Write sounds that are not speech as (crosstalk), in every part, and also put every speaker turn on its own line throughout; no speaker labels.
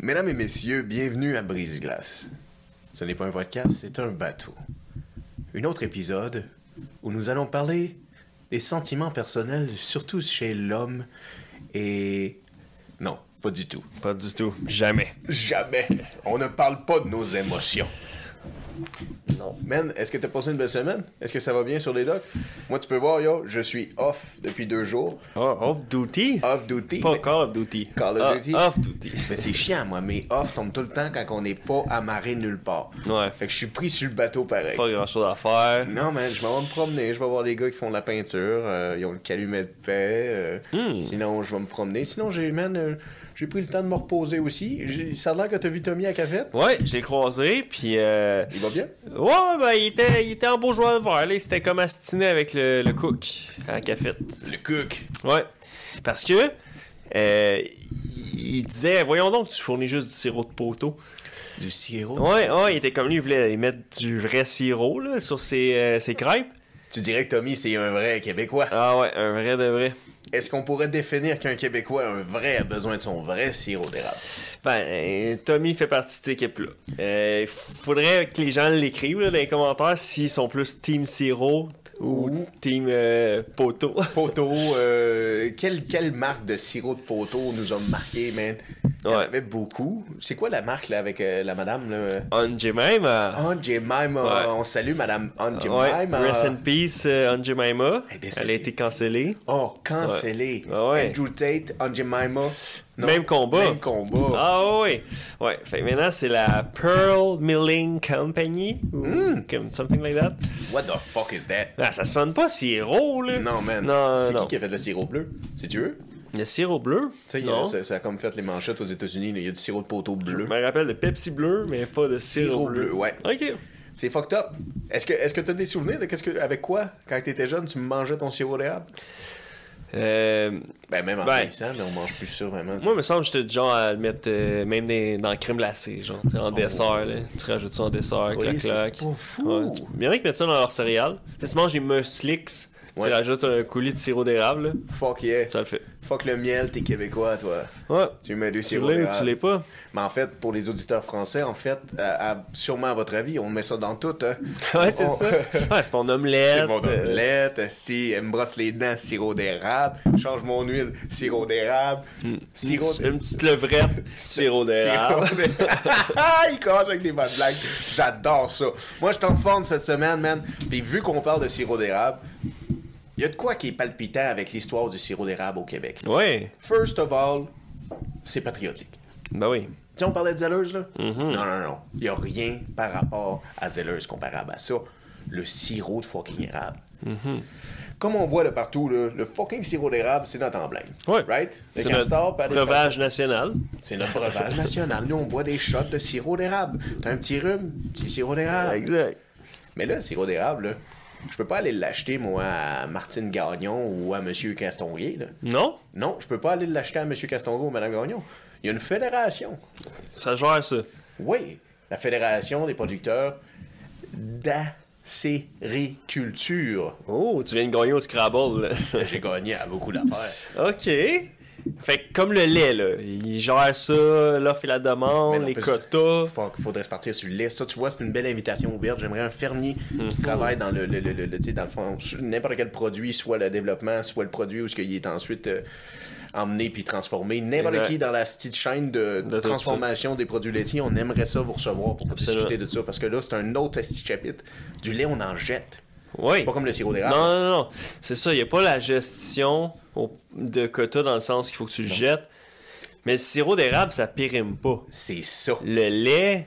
Mesdames et messieurs, bienvenue à Brise-Glace. Ce n'est pas un podcast, c'est un bateau. Un autre épisode où nous allons parler des sentiments personnels, surtout chez l'homme et. Non, pas du tout.
Pas du tout. Jamais.
Jamais. On ne parle pas de nos émotions. Non. Man, est-ce que t'as passé une belle semaine? Est-ce que ça va bien sur les docks? Moi, tu peux voir, yo, je suis off depuis deux jours.
Oh, off duty?
Off duty.
Pas
mais-
Call of Duty.
Ah, ben, Call of
Ah,
Duty.
Off duty.
Mais c'est chiant, moi. Mes off tombent tout le temps quand on n'est pas amarré nulle part.
Ouais.
Fait que je suis pris sur le bateau pareil.
Pas grand chose à faire.
Non, man, je m'en vais me promener. Je vais voir les gars qui font de la peinture. euh, ils ont le calumet de paix. euh,
Hmm.
Sinon, je vais me promener. Sinon, j'ai, man, euh, j'ai pris le temps de me reposer aussi. J'ai- Ça a l'air que t'as vu Tommy à cafette.
Ouais, je l'ai croisé, puis euh...
Il va bien?
Ouais, ben, il était, il était en beau joie de voir, là. Il s'était comme astiné avec le, le cook à la cafette.
Le cook.
Ouais. Parce que, euh, il il disait, voyons donc, tu fournis juste du sirop de poteau.
Du sirop.
Ouais, ouais, il était comme lui, il voulait y mettre du vrai sirop, là, sur ses, euh, ses crêpes.
Tu dirais que Tommy, c'est un vrai Québécois.
Ah ouais, un vrai de vrai.
Est-ce qu'on pourrait définir qu'un Québécois, un vrai, a besoin de son vrai sirop d'érable?
Ben, Tommy fait partie de cette équipe-là. Euh, faudrait que les gens l'écrivent là, dans les commentaires s'ils sont plus Team Siro ou Team euh,
(laughs)
Poteau.
Poteau, euh, quelle, quelle marque de sirop de poteau nous a marqué, man? Il y en
Ouais.
avait beaucoup. C'est quoi la marque là, avec euh, la madame? Là?
On Jemima.
Aunt Jemima.
Ouais. Ah,
On salue madame Aunt
Ouais,
Jemima.
Rest in peace, euh, Aunt Jemima.
Elle est
Elle,
décédée.
a été cancellée.
Oh, cancellé.
Ouais. Ah ouais.
Andrew Tate, Aunt Jemima. Non,
Même combat.
Même combat.
Ah ouais. Ouais, fait que maintenant c'est la Pearl Milling Company ou
Hmm.
comme something like that.
What the fuck is that?
Ah, ça sonne pas sirop là.
Non, man.
Non,
c'est
non.
qui qui a fait le sirop bleu? C'est Dieu?
Le sirop bleu.
Tu sais, il y a-
non.
ça, ça a comme fait les manchettes aux États-Unis. là. Il y a du sirop de poteau bleu.
Je me rappelle de Pepsi bleu, mais pas de sirop,
Sirop bleu, ouais.
Ok.
C'est fucked up. Est-ce que est-ce que t'as des souvenirs de qu'est-ce que avec quoi quand t'étais jeune tu mangeais ton sirop d'érable?
Euh,
Ben même en
Ben.
vieillissant, mais on mange plus ça vraiment.
moi, il me semble que j'étais du genre à le mettre euh, même des- dans le crème glacée, genre, tu sais, en dessert, là. Tu rajoutes ça en dessert, clac,
Oh. c'est
clac.
pas fou.
Ouais, tu- Il y en a qui mettent ça dans leur céréales. Tu sais, tu manges des muslix, tu
Ouais.
rajoutes un coulis de sirop d'érable, là,
Fuck yeah.
ça le fait.
Fuck le miel, t'es québécois toi.
Ouais.
Tu mets du
Tu
sirop
l'as ou tu l'as
d'érable.
pas? (laughs)
Mais en fait, pour les auditeurs français, en fait, à- à- sûrement à votre avis, on met ça dans tout. Hein.
(laughs) Ouais, c'est
On- (laughs)
ça. Ouais, c'est ton omelette.
C'est mon
euh,
omelette, si elle me brosse les dents, sirop d'érable, change mon huile, sirop d'érable,
Une,
sirop
une petite
(laughs)
levrette, sirop d'érable.
Sirop d'érable. (laughs) Il commence avec des bonnes blagues. J'adore ça. Moi, je suis en forme cette semaine, man. Puis vu qu'on parle de sirop d'érable, il y a de quoi qui est palpitant avec l'histoire du sirop d'érable au Québec.
Ouais.
First of all, c'est patriotique.
Ben oui.
Tu sais, on parlait de Zellers, là?
Mm-hmm.
Non, non, non. Il n'y a rien par rapport à Zellers comparable à ça. Le sirop de fucking érable.
Mm-hmm.
Comme on voit de partout, là, le fucking sirop d'érable, c'est notre emblème.
Ouais.
Right? Le
C'est
castor,
notre
pas des
breuvage national.
c'est notre breuvage national. Nous, on boit des shots de sirop d'érable. T'as un petit rhume, petit sirop d'érable.
Exact.
Mais là, le sirop d'érable, là, je peux pas aller l'acheter, moi, à Martine Gagnon ou à Monsieur Castonguay. là.
Non?
Non, je peux pas aller l'acheter à Monsieur Castonguay ou Madame Gagnon. Il y a une fédération.
Ça gère ça.
Oui, la Fédération des producteurs
(laughs)
d'acériculture.
Oh, tu viens de gagner au Scrabble. là. (laughs)
J'ai gagné à beaucoup d'affaires.
OK. Fait que comme le lait, là, il gère ça, l'offre et la
Mais
demande,
non,
les
parce-
quotas.
Faut- faudrait se partir sur l'est. Ça, tu vois, c'est une belle invitation ouverte. J'aimerais un fermier
Mm.
qui travaille dans le, le, le, le- le- tu sais, dans le fond, sur n'importe quel produit, soit le développement, soit le produit, ou ce qu'il est ensuite euh, emmené puis transformé. N'importe
Exact.
qui dans la petite chaîne de,
De tout
transformation des produits laitiers, on aimerait ça vous recevoir pour
Absolument.
discuter de ça. Parce que là, c'est un autre petit chapitre. Du lait, on en jette.
Oui.
C'est pas comme le sirop d'érable.
Non, non, non. C'est ça, il n'y a pas la gestion au- de quotas dans le sens qu'il faut que tu le jettes. Mais le sirop d'érable, ça périme pas.
C'est ça.
Le lait,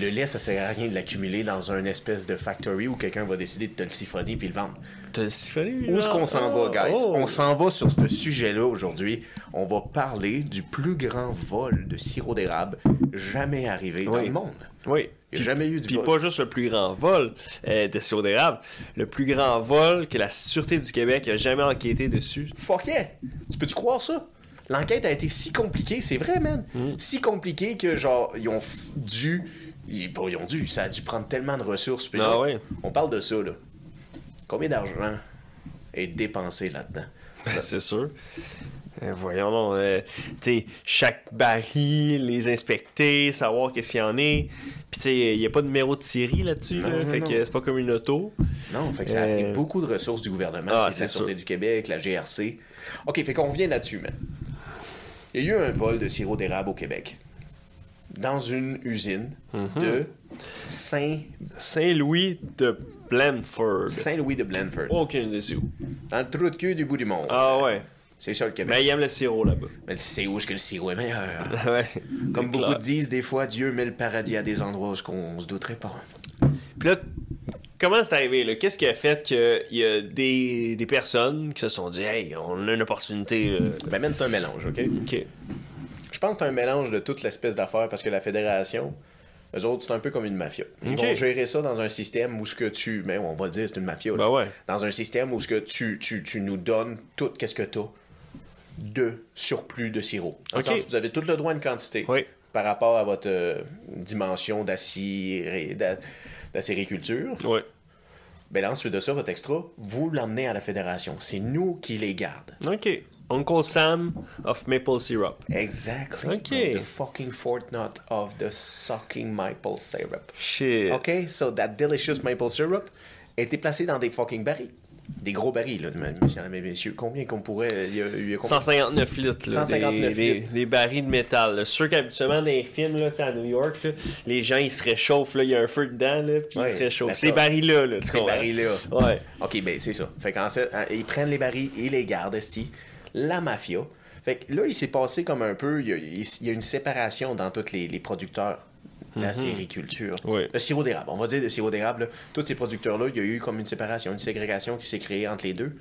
Le lait, ça sert à rien de l'accumuler dans un espèce de factory où quelqu'un va décider de te le siphonner puis le vendre.
t'as le siphonné.
Où
là?
est-ce qu'on s'en
Oh,
va, guys?
oh.
On s'en va sur ce sujet-là aujourd'hui. On va parler du plus grand vol de sirop d'érable jamais arrivé dans
Oui.
le monde.
Oui.
Il n'y a jamais eu du
Puis
vol.
pas juste le plus grand vol euh, de sirop d'érable, le plus grand vol que la Sûreté du Québec a jamais enquêté dessus.
Fuck yeah! Tu peux-tu croire ça? L'enquête a été si compliquée, c'est vrai, man.
Mm.
Si compliquée que, genre, ils ont f- dû... Ils, bon, ils ont dû, ça a dû prendre tellement de ressources. puis
Ah
là,
ouais.
On parle de ça, là. Combien d'argent est dépensé là-dedans?
(laughs) Ben, c'est sûr. Euh, voyons donc, euh, tu sais, chaque baril, les inspecter, savoir qu'est-ce qu'il y en est. Puis tu sais, il n'y a pas de numéro de série là-dessus,
Non,
là,
non,
fait
non.
que c'est pas comme une auto.
Non, fait que ça a pris
Euh,
beaucoup de ressources du gouvernement,
Ah,
puis de la
c'est
Sûreté du Québec, la GRC. OK, fait qu'on revient là-dessus, man. Il y a eu un vol de sirop d'érable au Québec. Dans une usine
Mhm.
de Saint-
Saint-Louis de Blanford.
Saint-Louis de Blanford.
Aucune idée c'est où.
Dans le trou de cul du bout du monde.
Ah ouais.
C'est ça le Québec.
Mais il aime le sirop (laughs) là-bas.
Mais c'est où est-ce que le sirop est meilleur?
Ah ouais.
Comme
(laughs)
beaucoup
C'est clair.
disent, des fois, Dieu met le paradis à des endroits où on se douterait pas.
Puis là, comment c'est arrivé? là? Qu'est-ce qui a fait qu'il y a des, des personnes qui se sont dit, hey, on a une opportunité. là.
Ben, man, c'est un mélange, OK?
Ok.
Je pense que c'est un mélange de toute l'espèce d'affaires parce que la fédération, eux autres, c'est un peu comme une mafia. Ils
Ok.
vont gérer ça dans un système où ce que tu. Mais on va le dire, c'est une mafia. là.
Ben ouais.
Dans un système où ce que tu, tu, tu nous donnes tout qu'est-ce que t'as de surplus de sirop. Dans le
Ok.
sens où vous avez tout le droit à une quantité
Oui.
par rapport à votre euh, dimension d'aciri- d'a- d'acériculture.
Ouais.
Mais là, ensuite de ça, votre extra, vous l'emmenez à la fédération. C'est nous qui les garde.
Ok. Uncle Sam of Maple Syrup.
Exactly.
Ok.
The fucking fortnight of the sucking maple syrup.
Shit.
OK, so that delicious maple syrup a été placé dans des fucking barils. Des gros barils, là, mesdames et messieurs. Combien qu'on pourrait... Il y a, il y a combien-
159 litres, là,
159
des,
litres.
Des, des barils de métal. là. C'est sûr qu'habituellement, dans les films là, tu sais, à New York, là, les gens ils se réchauffent, là, il y a un feu dedans, là, puis
Ouais,
ils se réchauffent.
ben
Ces
ça.
barils-là. Là, tu
Ces
comprends?
barils-là.
Ouais.
OK, ben c'est ça. Fait qu'en fait, hein, ils prennent les barils, ils les gardent, esti. La mafia. Fait que là, il s'est passé comme un peu... Il y a, il y a une séparation dans tous les, les producteurs de la sériculture.
Mhm. Oui.
Le sirop d'érable. On va dire le sirop d'érable. là, Tous ces producteurs-là, il y a eu comme une séparation, une ségrégation qui s'est créée entre les deux.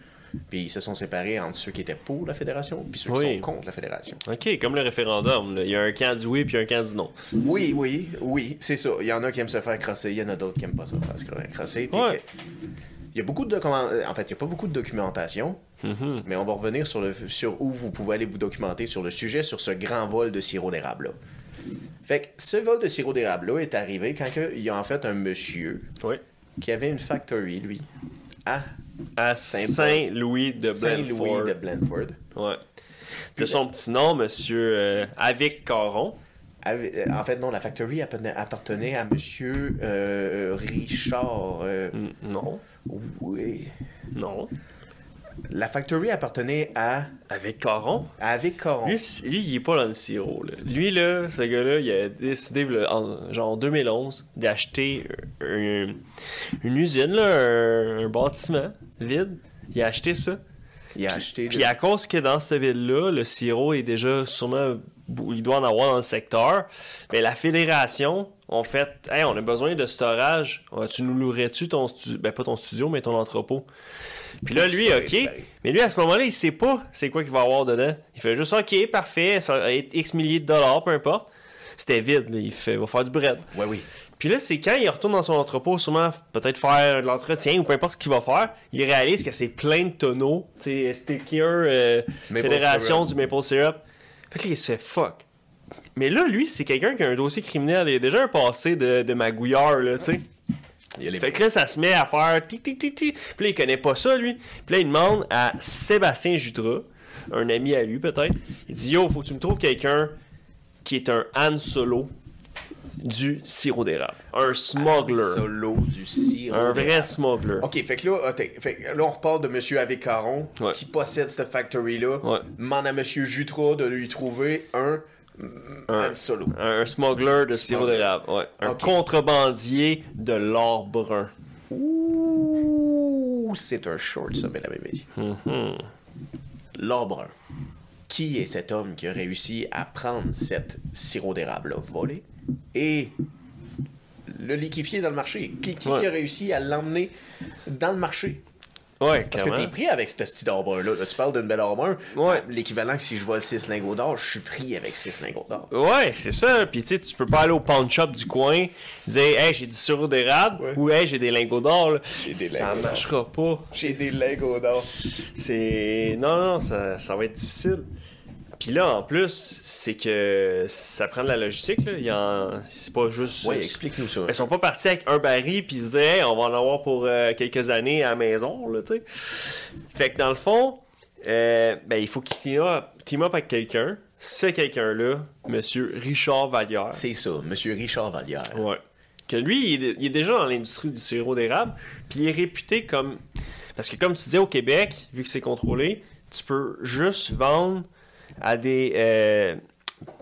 Puis ils se sont séparés entre ceux qui étaient pour la fédération puis ceux qui
Oui.
sont contre la fédération.
Ok, comme le référendum. là. Il y a un camp du oui puis un camp du non.
Oui, oui, oui, c'est ça. Il y en a qui aiment se faire crosser, il y en a d'autres qui aiment pas se faire cro- crosser. puis
Ouais.
que- Il y a beaucoup de document- En fait, il y a pas beaucoup de documentation,
Mm-hmm.
mais on va revenir sur, le... sur où vous pouvez aller vous documenter sur le sujet, sur ce grand vol de sirop d'érable-là. Fait que ce vol de sirop d'érable-là est arrivé quand que il y a en fait un monsieur
Oui.
qui avait une factory, lui, à
À
Saint-Paul.
Saint-Louis de
Saint-Louis
Blanford.
de euh, Blandford.
Ouais. De son petit nom, monsieur euh, Avic Caron.
Avec- euh, En fait, non, la factory appartenait- appartenait à monsieur euh, Richard. euh,
N- Non.
Oui.
Non.
La factory appartenait à,
Avec Caron.
à Vic Coron.
Lui, c- lui, il est pas dans le sirop. Là. Lui, là, ce gars-là, il a décidé, là, en, genre en 2011, d'acheter un- une usine, là, un, un bâtiment vide. Il a acheté ça.
il a acheté.
Puis à cause que dans cette ville-là, le sirop est déjà sûrement. Il doit en avoir dans le secteur. Mais la fédération ont fait Hey, on a besoin de storage. Ah, Tu nous louerais-tu ton studio Ben, pas ton studio, mais ton entrepôt. Puis là, lui,
Storage,
OK.
pareil.
Mais lui, à ce moment-là, il sait pas c'est quoi qu'il va avoir dedans. Il fait juste OK, parfait, ça va être X milliers de dollars, peu importe. C'était vide, là. il fait, va faire du bread.
Ouais, oui.
Puis là, c'est quand il retourne dans son entrepôt, sûrement peut-être faire de l'entretien ou peu importe ce qu'il va faire, il réalise que c'est plein de tonneaux. Tu sais, Sticker, euh,
Maple
Fédération
syrup.
du Maple Syrup. Fait que là, il se fait fuck. Mais là, lui, c'est quelqu'un qui a un dossier criminel. Il a déjà un passé de, de magouilleur, là, tu sais.
Il y a les-
Fait que là, ça se met à faire tic tic tic tic. Puis là, il connaît pas ça, lui. Puis là, il demande à Sébastien Jutras, un ami à lui peut-être. Il dit Yo, faut que tu me trouves quelqu'un qui est un Han Solo du sirop d'érable. Un smuggler.
Solo du sirop.
Un
d'érable.
vrai smuggler.
Ok, fait que là, attends, fait que là, on repart de Monsieur avec Caron,
Ouais.
qui possède cette factory-là.
Ouais.
Demande à Monsieur Jutras de lui trouver un.
Un-
un solo.
Un, un smuggler de sirop
Smuggler.
d'érable. Ouais. Un
Ok.
contrebandier de l'or brun.
Ouh, c'est un short, ça, mesdames et messieurs. Mm-hmm. L'arbre. Qui est cet homme qui a réussi à prendre cette sirop d'érable volé et le liquéfier dans le marché? Qui, qui,
Ouais.
qui a réussi à l'emmener dans le marché?
Ouais,
Parce que
clairement.
t'es pris avec ce petit arbre-là. là. Tu parles d'une belle arbre.
Ouais.
L'équivalent que si je vole 6 lingots d'or, je suis pris avec 6 lingots d'or.
Ouais, c'est ça. Puis tu sais, tu peux pas aller au pawn shop du coin, dire hey j'ai du sirop d'érable
Ouais.
ou hey j'ai des lingots d'or. là.
des
Ça
lingots d'or.
marchera pas.
J'ai des lingots d'or.
C'est non non non, ça, ça va être difficile. Puis là en plus, c'est que ça prend de la logistique là. Il y en- C'est pas juste.
Ouais, explique-nous ça.
Ils sont pas partis avec un baril puis ils se disaient Hey, on va en avoir pour euh, quelques années à la maison là, tu sais. Fait que dans le fond, euh, ben, il faut qu'il team up, team up avec quelqu'un. Ce quelqu'un-là, Monsieur Richard Vallière.
C'est ça, Monsieur Richard Vallière.
Ouais. Que lui, il est, il est déjà dans l'industrie du sirop d'érable, puis il est réputé comme. Parce que, comme tu disais, au Québec, vu que c'est contrôlé, tu peux juste vendre à des, euh,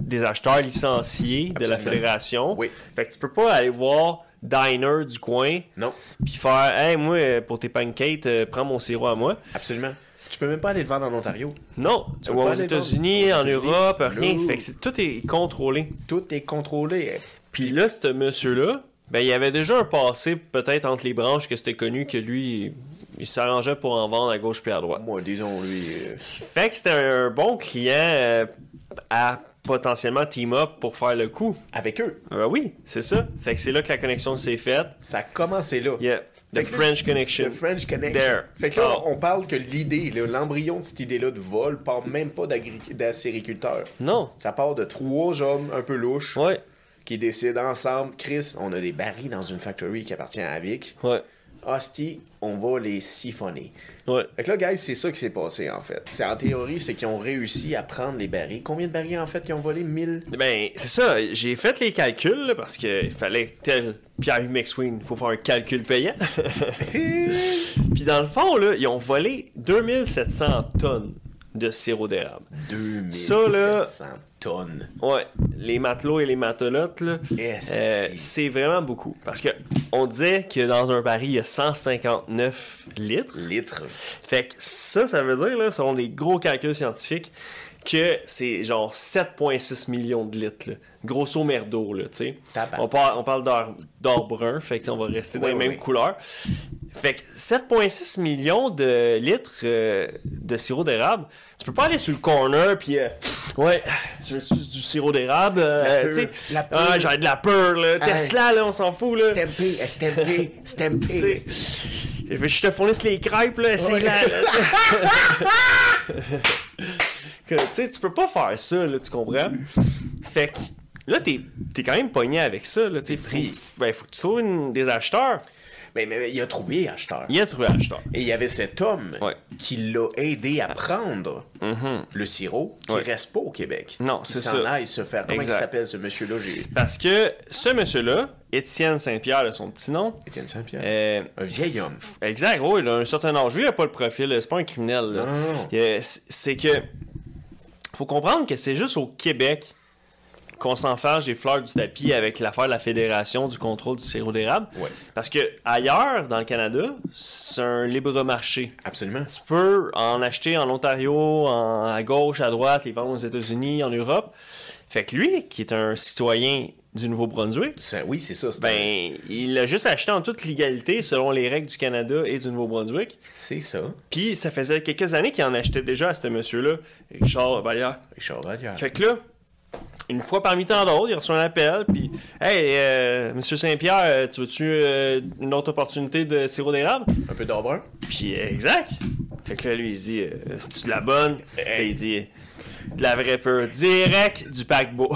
des acheteurs licenciés de la
Absolument.
fédération.
Oui.
Fait que tu peux pas aller voir diner du coin
Non,
puis faire hey moi euh, pour tes pancakes euh, prends mon sirop à moi
absolument. Tu peux même pas aller le vendre en Ontario.
non
Tu peux
ou
pas
aux
aller
États-Unis
voir. Aux
en
États-Unis.
Europe rien
No.
fait que c'est- tout est contrôlé
Tout est contrôlé.
Puis là, ce monsieur-là, ben, il avait déjà un passé peut-être entre les branches que c'était connu que lui, il s'arrangeait pour en vendre à gauche puis à droite.
Moi, disons lui. euh,
Fait que c'était un bon client euh, à potentiellement team up pour faire le coup.
avec eux,
Ben oui, c'est ça. Fait que c'est là que la connexion s'est faite.
ça a commencé là.
Yeah. The
Fait que là,
French Connection.
The French Connection.
There.
Fait que là,
Oh.
on parle que l'idée, là, l'embryon de cette idée-là de vol part même pas d'agri- d'acériculteurs.
Non.
Ça part de trois hommes un peu louches
Ouais.
qui décident ensemble, Chris, on a des barils dans une factory qui appartient à Vic.
Ouais.
Hostie, on va les siphonner.
Ouais.
Fait que là, guys, c'est ça qui s'est passé, en fait. C'est en théorie, c'est qu'ils ont réussi à prendre les barils. Combien de barils, en fait, qu'ils ont volé 1000
Ben, c'est ça. J'ai fait les calculs là, parce qu'il fallait tel Pierre McSween, il faut faire un calcul payant. Puis dans le fond, là, ils ont volé 2700 tonnes de sirop d'érable.
2700 tonnes.
Ouais, les matelots et les matelotes, là,
Yes,
euh,
si.
c'est vraiment beaucoup. Parce que on disait que dans un baril, il y a 159 litres.
Litres.
Fait que ça, ça veut dire, là, selon les gros calculs scientifiques, que c'est genre 7,6 millions de litres. là. Grosso merdo, là, tu sais.
Tabac.
On, par- on parle d'or, d'or brun, fait que tu sais, on va rester dans
Ouais,
les
ouais,
mêmes
ouais.
couleurs. Fait que 7,6 millions de litres euh, de sirop d'érable, tu peux pas aller sur le corner puis euh, ouais, tu veux du sirop d'érable, euh,
La
tu sais,
peur, la peur.
ah, j'ai de la peur là, Tesla là, on s'en fout là.
Stampé, stampé, (laughs)
Tu
stampé.
sais, Je te fournisse les crêpes, là, c'est
Ouais.
la- (laughs) Que, tu sais, tu peux pas faire ça, là, tu comprends? Fait que là, t'es es quand même pogné avec ça, là, tu sais. Faut,
pris.
ben, faut que tu trouves une- des acheteurs.
Mais, mais, mais il a trouvé acheteur.
Il y a trouvé un acheteur.
Et il y avait cet homme
Ouais.
qui l'a aidé à prendre
Mhm.
le sirop qui
Ouais.
reste pas au Québec.
Non,
Qui
c'est
s'en
ça.
aille se faire. Comment
Exact.
il s'appelle ce monsieur-là j'ai-
Parce que ce monsieur-là, Étienne Saint-Pierre, de son petit nom,
Étienne Saint-Pierre.
euh,
Un vieil homme.
Exact, oui, il a un certain âge. Lui, il n'a pas le profil, là, c'est pas un criminel.
Non,
là.
non, non.
Il, euh, c- C'est que. faut comprendre que c'est juste au Québec qu'on s'en fâche des fleurs du tapis avec l'affaire de la Fédération du contrôle du sirop d'érable.
Ouais.
Parce que ailleurs, dans le Canada, c'est un libre marché.
Absolument.
Tu peux en acheter en Ontario, en- à gauche, à droite, les vendre aux États-Unis, en Europe. Fait que lui, qui est un citoyen du Nouveau-Brunswick,
Ça- oui, c'est ça. c'est un-
ben, il l'a juste acheté en toute légalité selon les règles du Canada et du Nouveau-Brunswick.
C'est ça.
Puis ça faisait quelques années qu'il en achetait déjà à ce monsieur-là, Richard Vallière.
Richard Vallière.
Fait que là, une fois parmi tant d'autres, il reçoit un appel, puis Hey, euh, monsieur Saint-Pierre, euh, tu veux-tu euh, une autre opportunité de sirop d'érable
Un peu d'arbre.
Puis euh, exact. Fait que là, lui, il dit Euh, C'est-tu de la bonne Puis il dit De la vraie peur, direct du paquebot.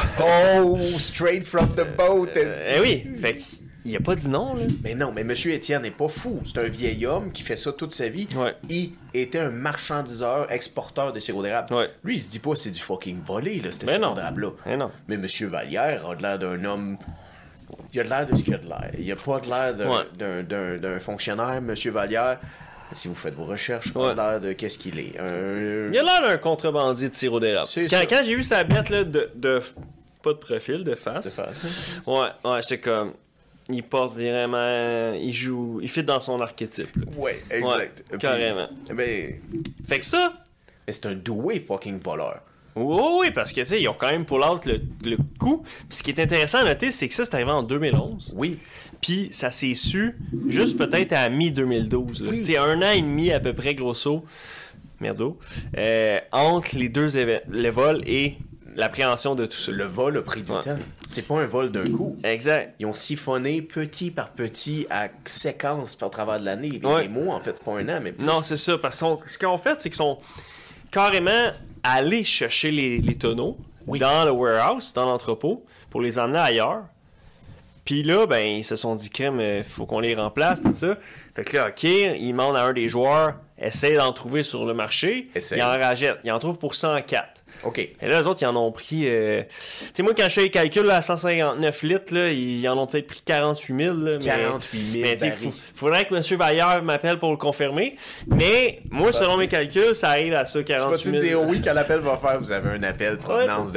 Oh, straight from the boat. esti.
Eh oui, fait qu'il a pas dit non, là.
Mais non, mais Monsieur Étienne n'est pas fou. C'est un vieil homme qui fait ça toute sa vie.
Ouais.
Il était un marchandiseur, exporteur de sirop d'érable.
Ouais.
Lui, il se dit pas c'est du fucking volé, là, ce
Mais
sirop
non.
d'érable-là.
Mais Eh non.
Mais Monsieur Vallière a de l'air d'un homme. Il a de l'air de ce qu'il a de l'air. Il a pas de l'air d'un-
Ouais.
d'un- d'un- d'un fonctionnaire, Monsieur Vallière. Si vous faites vos recherches, il a
Ouais.
de l'air de qu'est-ce qu'il est. Un-
Il a l'air d'un contrebandier de sirop d'érable.
C'est
Quand,
ça.
quand j'ai vu sa bête là, de, de- Pas de profil, de
de
face.
face.
Ouais, ouais, j'étais comme. Il porte vraiment. Il joue. Il fit dans son archétype. là.
Ouais, exact.
Ouais,
Puis-
carrément.
mais
Fait que ça.
mais c'est un doué fucking voleur.
Oui, oui, parce que, tu sais, ils ont quand même pull out le, le coup. Puis ce qui est intéressant à noter, c'est que ça, c'est arrivé en 2011.
Oui,
Puis ça s'est su juste peut-être à mi-2012. là.
Oui.
Tu sais, un an et demi à peu près, grosso. Merdo. euh, entre les deux événements, le vol et l'appréhension de tout ça.
le vol a pris du
Ouais.
temps. C'est pas un vol d'un coup.
Exact.
Ils ont siphonné petit par petit à séquence par travers de l'année. Les
Ouais.
Des mois, en fait, c'est pas un an, mais plus.
Non, c'est ça. Parce qu'on- ce qu'ils ont fait, c'est qu'ils sont carrément allés chercher les, les tonneaux
Oui.
dans le warehouse, dans l'entrepôt, pour les emmener ailleurs. Puis là, ben, ils se sont dit, crème, euh, faut qu'on les remplace, tout ça. Fait que là, OK, ils demandent à un des joueurs, Essaye d'en trouver sur le marché.
Essaye.
Ils en rachètent. Ils en trouvent pour 104.
OK.
Et là, les autres, ils en ont pris. euh, Tu sais, moi, quand je fais les calculs là, à 159 litres, là, ils en ont peut-être pris 48 000. là, mais-
48 000
mais tu sais,
barils.
faut- faudrait que M. Vailleur m'appelle pour le confirmer. Mais moi,
vas-
selon mes calculs, ça arrive à ça,
Tu
48
vas-tu
000.
dire oui quand l'appel va faire Vous avez un appel provenance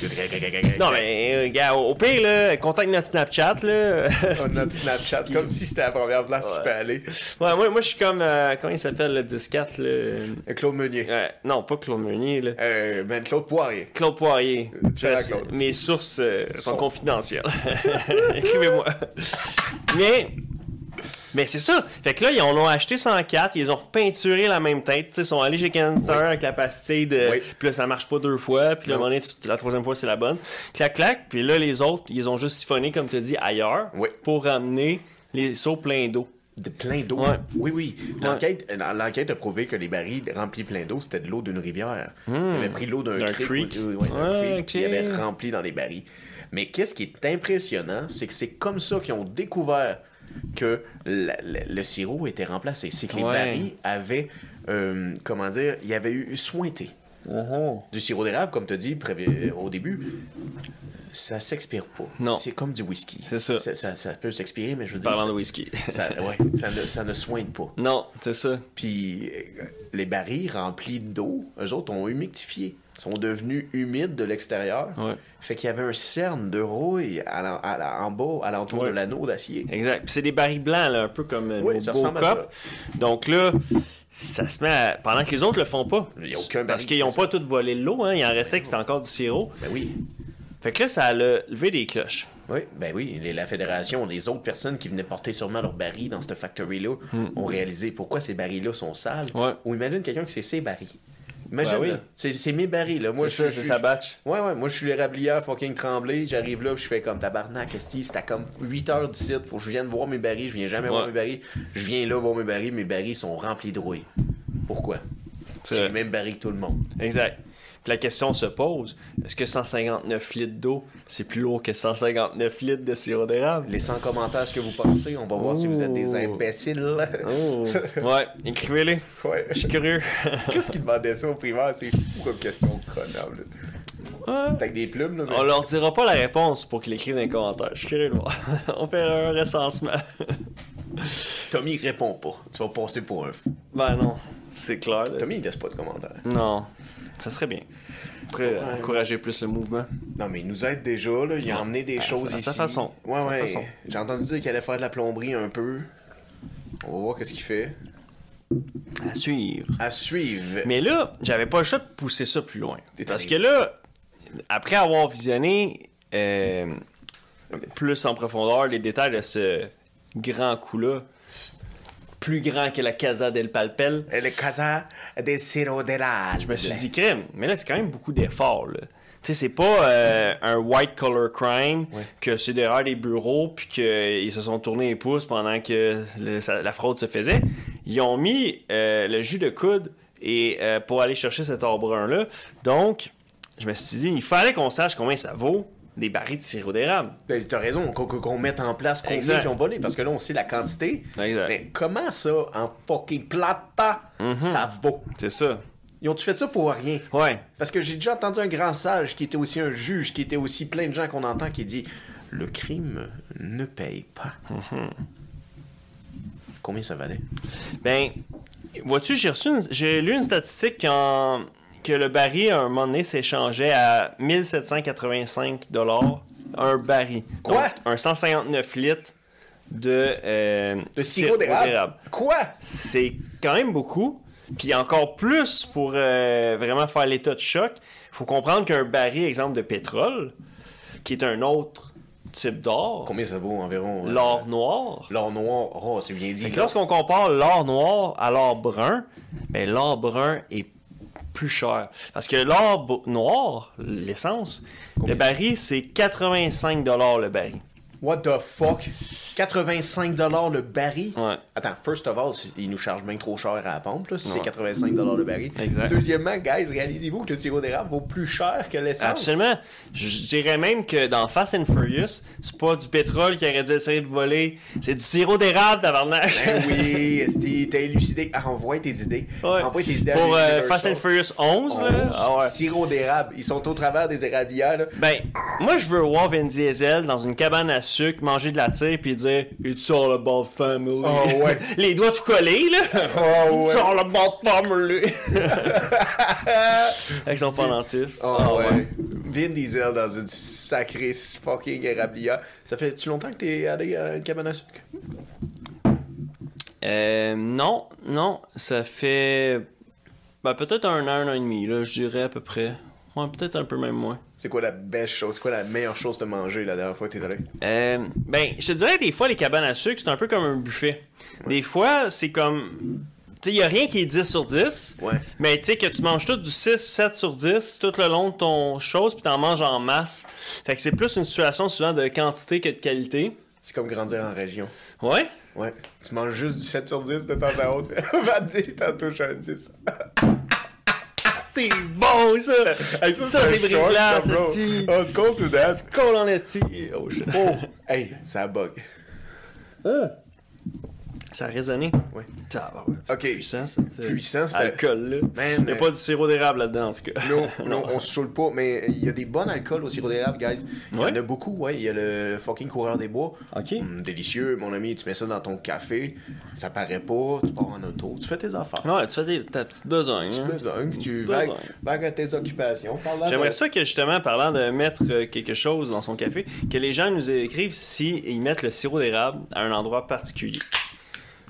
de.
Non, mais euh, gars, au au pire, là, contacte notre Snapchat. Là. (laughs)
On a dit Snapchat comme si c'était la première place qu'il
Ouais.
peut aller.
Ouais, moi, moi, je suis comme. euh, comment il s'appelle le 10-4 là?
Euh, Claude Meunier.
Ouais, Non, pas Claude Meunier. Là.
Euh, ben, Claude Poirier.
Claude Poirier.
Euh, tu fais la
Parce-
Claude.
Mes sources euh, sont,
Sont-
confidentielles. (laughs) Écrivez-moi. mais mais c'est ça. Fait que là, ils en ont acheté 104, ils ont repeinturé la même tête. Tu sais, Ils sont allés chez Canster avec la pastille de.
Oui.
Puis là, ça marche pas deux fois. Puis là, à un
Non.
moment donné, tu- la troisième fois, c'est la bonne. Clac, clac. Puis là, les autres, ils ont juste siphonné, comme tu dis, ailleurs
Oui.
pour ramener les seaux pleins d'eau.
De plein d'eau.
Ouais.
Oui, oui. L'enquête euh, l'enquête a prouvé que les barils remplis plein d'eau, c'était de l'eau d'une rivière. Ils avaient pris l'eau d'un
Hmm. D'un
creek,
creek.
ou- ouais, d'un
Ah,
creek,
ok.
puis ils avaient rempli dans les barils. Mais qu'est-ce qui est impressionnant, c'est que c'est comme ça qu'ils ont découvert que la- la- le sirop était remplacé. C'est que les
Ouais.
barils avaient, euh, comment dire, il y avait eu sointé. Du sirop d'érable, comme tu as dit prévi- euh, au début, ça s'expire pas.
Non.
C'est comme du whisky.
C'est ça.
ça. ça peut s'expirer, mais je veux dire.
Parlant
ça-
de whisky. (laughs)
ça, ouais, ça, ne, ça ne soigne pas.
Non, c'est ça.
Puis euh, les barils remplis d'eau, eux autres ont humidifié, sont devenus humides de l'extérieur.
Ouais.
Fait qu'il y avait un cerne de rouille à l'en- à la- en bas, à l'entour
Ouais.
de l'anneau d'acier.
Exact. Puis c'est des barils blancs, là, un peu comme euh,
Oui,
nos
ça
beaux
ressemble à
copes. Donc là, ça se met à- pendant que les autres le font pas.
Il y a aucun
Parce
baril
qu'ils
qui
n'ont
fait
pas tout volé de l'eau, hein. Il en restait que c'était encore du sirop.
Ben oui,
Fait que là, ça a levé des cloches.
oui, ben oui. Les- la fédération, les autres personnes qui venaient porter sûrement leurs barils dans cette factory-là ont réalisé pourquoi ces barils-là sont sales.
Mm. Ouais.
Ou imagine quelqu'un qui c'est ses barils. Imagine,
Ben oui.
là, c'est c'est mes barils, là. Moi, je
C'est ça,
suis-
c'est
je
sa
suis-
batch.
Ouais, ouais, moi je suis l'érablière fucking tremblé. J'arrive là, puis je fais comme tabarnak, esti, c'était comme 8 heures d'ici, faut que je vienne voir mes barils, je viens jamais voir
Ouais.
mes barils. Je viens là voir mes barils, mes barils sont remplis de rouille. Pourquoi?
C'est
J'ai
vrai.
les mêmes barils que tout le monde.
Exact. Puis la question se pose, est-ce que 159 litres d'eau, c'est plus lourd que 159 litres de sirop d'érable?
Laissez en commentaire ce que vous pensez, on va voir si vous êtes des
Oh.
imbéciles.
Oh. (laughs) Ouais, écrivez-les.
Ouais. (laughs)
Je suis curieux.
Qu'est-ce qu'ils demandaient ça au primaire? C'est fou comme question chronable.
Ouais.
C'est avec des plumes, là. mais-
On leur dira pas la réponse pour qu'ils l'écrivent dans les commentaires. Je suis curieux de voir. (laughs) On fait un recensement.
Tommy répond pas. Tu vas passer pour un fou.
Ben non, c'est clair. là.
Tommy, il laisse pas de commentaires.
Non, ça serait bien. Après, encourager plus le mouvement.
Non, mais il nous aide déjà, là. Il a emmené des
à
choses
sa- à
ici.
sa façon.
Ouais,
À sa
ouais.
façon.
J'ai entendu dire qu'il allait faire de la plomberie un peu. On va voir qu'est-ce qu'il fait.
À suivre.
À suivre.
Mais là, j'avais pas le choix de pousser ça plus loin.
T'es
Parce que
tanné.
là, après avoir visionné euh, plus en profondeur les détails de ce grand coup-là, plus grand que la Casa del Palpel,
Et Le casa des sirop de
je me suis dit, crème, mais là, c'est quand même beaucoup d'efforts, là. Tu sais, c'est pas euh, un white collar crime que c'est derrière des bureaux puis qu'ils se sont tournés les pouces pendant que le- ça- la fraude se faisait. Ils ont mis euh, le jus de coude et, euh, pour aller chercher cet or brun-là. Donc, je me suis dit, il fallait qu'on sache combien ça vaut des barils de sirop d'érable.
Ben, T'as raison, qu'on qu'on- qu'on mette en place combien
Exact.
qui ont volé, parce que là, on sait la quantité.
Exact.
Mais comment ça, en fucking plata,
Mm-hmm.
ça vaut?
C'est ça.
Ils ont-tu fait ça pour rien?
Ouais.
Parce que j'ai déjà entendu un grand sage qui était aussi un juge, qui était aussi plein de gens qu'on entend qui dit Le crime ne paye pas. Combien ça valait
Ben, vois-tu, j'ai reçu une- j'ai lu une statistique qu'en- que le baril, à un moment donné, s'échangeait à 1785 un baril.
Quoi?
Donc, un 159 litres de... euh,
Le sirop d'érable. Quoi
C'est quand même beaucoup. Puis encore plus pour euh, vraiment faire l'état de choc, faut comprendre qu'un baril, exemple, de pétrole, qui est un autre type d'or,
Combien ça vaut environ euh,
l'or noir,
L'or noir. Oh, c'est bien dit.
fait que lorsqu'on compare l'or noir à l'or brun, ben l'or brun est plus cher. Parce que l'or bo- noir, l'essence, le baril, c'est 85 le baril.
What the fuck? 85$ le baril?
Ouais.
Attends, first of all, c'est- ils nous chargent bien trop cher à la pompe, là, si
Ouais.
c'est 85$ le baril.
Exact.
Deuxièmement, guys, réalisez-vous que le sirop d'érable vaut plus cher que l'essence.
Absolument. Je je dirais même que dans Fast and Furious, c'est pas du pétrole qui aurait dû essayer de voler, c'est du sirop d'érable,
(laughs)
tabarnak.
Ben oui, esti, t'as élucidé. Ah, envoie tes idées.
(laughs) Ouais.
Envoie tes idées à
Pour euh,
Universal.
Fast and Furious 11, là.
Onze,
Ah ouais.
Oh, Sirop d'érable. Ils sont au travers des érablières, là.
Ben, moi, je veux voir Vin Diesel dans une cabane à sucre, manger de la tire, puis dire « It's all about family
Oh, ouais.
(laughs) Les doigts tout collés, là.
(laughs) Oh,
It's all about family. Avec son pendentif.
(laughs) Oh,
Ah,
ouais. Vin Diesel dans une sacrée fucking érablière. Ça fait-tu longtemps que t'es allé à une cabane à sucre?
Euh, non, non, ça fait ben, peut-être un an, un an et demi, là, je dirais à peu près. Ouais, peut-être un peu même moins.
C'est quoi la belle chose? C'est quoi la meilleure chose de manger la dernière fois que t'es allé?
Euh, ben, je te dirais, des fois, les cabanes à sucre, c'est un peu comme un buffet. Des fois, c'est comme. Tu sais, il n'y a rien qui est 10 sur 10.
Ouais.
Mais tu sais, que tu manges tout du 6, 7 sur 10 tout le long de ton chose, puis t'en manges en masse. Fait que c'est plus une situation souvent de quantité que de qualité.
C'est comme grandir en région.
Ouais?
Ouais. Tu manges juste du 7 sur 10 de temps à autre. (laughs) Vendée, t'en touches un 10.
C'est bon, ça! ça, c'est
brisé
brislant, ça, Oh, c'est.
Let's go to that.
Cool en esti. Oh, shit.
Oh! hey, ça bug.
Ça a résonné.
Ouais.
Tabarouette, c'est
Ok.
Puissant, ça. c'est-
Puissant, c'était-
Alcool, là.
Man,
Il n'y a
euh,
pas du sirop d'érable là-dedans, en tout cas.
Non,
(laughs)
non, on se saoule pas, mais il y a des bons alcools au sirop d'érable, guys. Il y en
Ouais.
a beaucoup, ouais. Il y a le fucking coureur des bois.
Ok.
Hum, délicieux, mon ami. Tu mets ça dans ton café, ça paraît pas, tu pars en auto, tu fais tes affaires.
Ouais, tu fais des- ta petite besogne.
Tu
hein.
fais ça, hein, que tu
Petite
vagues,
besogne.
vagues à tes occupations. Parlant de-
J'aimerais ça que justement, parlant de mettre euh, quelque chose dans son café, que les gens nous écrivent si ils mettent le sirop d'érable à un endroit particulier.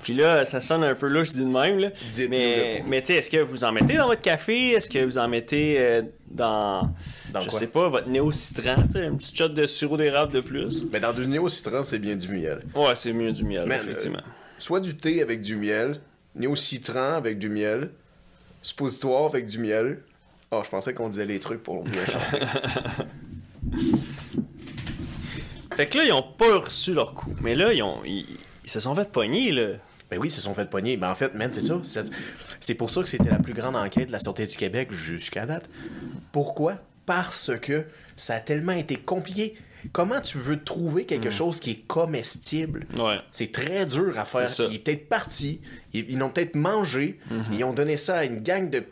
Puis là, ça sonne un peu louche, je dis de même. Là.
Dites-nous le
Mais,
pour.
mais tu sais, est-ce que vous en mettez dans votre café? Est-ce que vous en mettez euh, dans,
Dans
je
quoi?
sais pas, votre néo-citron? tu sais, Un petit shot de sirop d'érable de plus?
Mais dans du néo-citron, c'est bien du miel.
Ouais, c'est mieux du miel,
Man, euh,
effectivement.
Soit du thé avec du miel, néo-citron avec du miel, suppositoire avec du miel. Oh, je pensais qu'on disait les trucs pour bien chanter.
Fait que là, ils ont pas reçu leur coup. Mais là, ils, ont, ils, ils se sont fait pogner, là.
Ben oui, ils se sont fait pogner. Ben en fait, man, c'est ça. C'est- C'est pour ça que c'était la plus grande enquête de la Sûreté du Québec jusqu'à date. Pourquoi? Parce que ça a tellement été compliqué. Comment tu veux trouver quelque chose qui est comestible?
Ouais.
C'est très dur à faire.
C'est ça. Mhm.
Il est peut-être parti, ils, ils l'ont peut-être mangé, ils ont donné ça à une gang de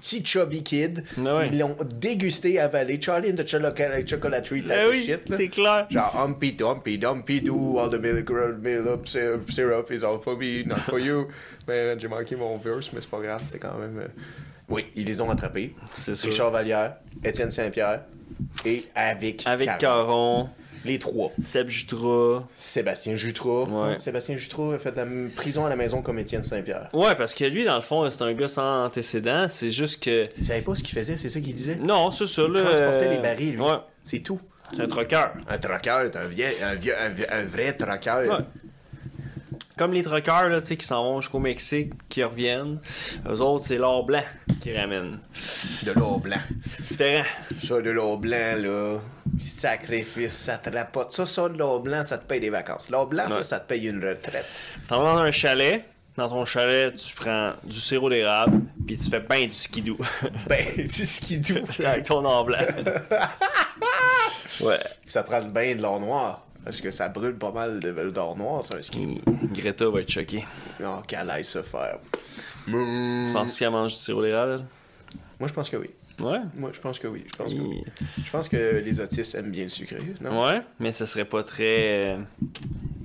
petits chubby kids,
Ah ouais.
ils l'ont dégusté, avalé. Charlie and the Chocolate Chocolaterie, type
Ah
of
oui,
shit. là.
c'est clair.
Genre Humpy Dumpy Dumpy Doo, all the milk, milk syrup, syrup is all for me, not for
(laughs)
you. Mais j'ai manqué mon verse, mais c'est pas grave, c'est quand même. euh, Oui, ils les ont attrapés.
C'est sûr.
Richard Vallière, Étienne Saint-Pierre et avec
Avec
Caron.
Caron,
Les trois.
Seb Jutras.
Sébastien Jutras.
Ouais.
Sébastien Jutras a fait de la m- prison à la maison comme Étienne Saint-Pierre.
Ouais, parce que lui, dans le fond, c'est un gars sans antécédent. C'est juste que.
Il savait pas ce qu'il faisait, c'est ça qu'il disait?
Non, c'est ça,
Il
là.
transportait
euh,
les barils, lui.
Ouais,
C'est tout.
c'est un troqueur.
Un troqueur, t'es un, vieil- un, vieux- un, vieux- un vrai troqueur.
Ouais. Comme les troqueurs, là, tu sais, qui s'en vont jusqu'au Mexique, qui reviennent. Eux autres, c'est l'or blanc qui ramène.
De l'or blanc.
C'est différent.
Ça, de l'or blanc, là. Sacrifice, ça te rapporte. Ça, ça, de l'or blanc, ça te paye des vacances. L'or blanc, ça,
Ouais.
ça te paye une retraite. (laughs)
Tu t'en vas dans un chalet. Dans ton chalet, tu prends du sirop d'érable, puis tu fais ben du skidou.
Ben, c'est ce qu'il dit.
(laughs) Avec ton or blanc. ouais.
Ça prend bien de l'or noir. Parce que ça brûle pas mal de de l'or noir, c'est un ski.
Greta va être choquée.
Oh, qu'elle aille se faire.
Mm. Tu penses qu'elle mange du sirop d'érable?
Moi, je pense que oui.
elle? Ouais.
Moi, je pense que oui. Je pense que, oui.
Il-
Je pense que les autistes aiment bien le sucré. Non?
Ouais, mais ce serait pas très euh,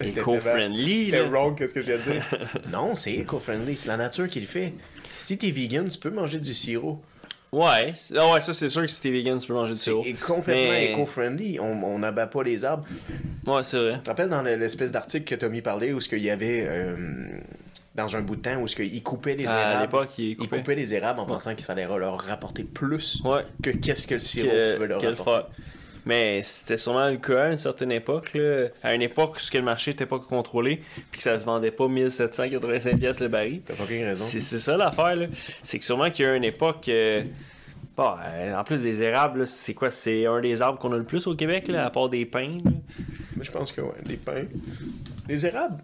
C'était
éco-friendly.
C'était
là.
wrong, qu'est-ce que je viens de
(laughs)
dire.
Non, c'est éco-friendly. C'est la nature qui le fait. Si t'es vegan, tu peux manger du sirop.
Ouais, c'est- ah ouais, ça c'est sûr que si t'es vegan, tu peux manger du sirop.
Et complètement
Mais-
éco-friendly. On on n'abat pas les arbres.
Ouais, c'est vrai.
Tu te rappelles dans le- l'espèce d'article que Tommy parlait où ce qu'il y avait euh, dans un bout de temps où ce qu'il coupait les
Ah, À
érables.
l'époque, il coupait.
les érables en pensant que ça allait leur rapporter plus
Ouais.
que qu'est-ce que le sirop
Que-
pouvait leur
quel
rapporter.
fuck. Mais c'était sûrement le cas à une certaine époque. Là. À une époque où ce que le marché était pas contrôlé, puis que ça se vendait pas 1785 pièces le baril.
T'as fucking raison.
C'est c'est ça l'affaire. là. C'est que sûrement qu'il y a une époque. euh, bon, euh, en plus des érables, là, c'est quoi C'est un des arbres qu'on a le plus au Québec, là, à part des pins. là.
Mais je pense que ouais, des pins. Des érables.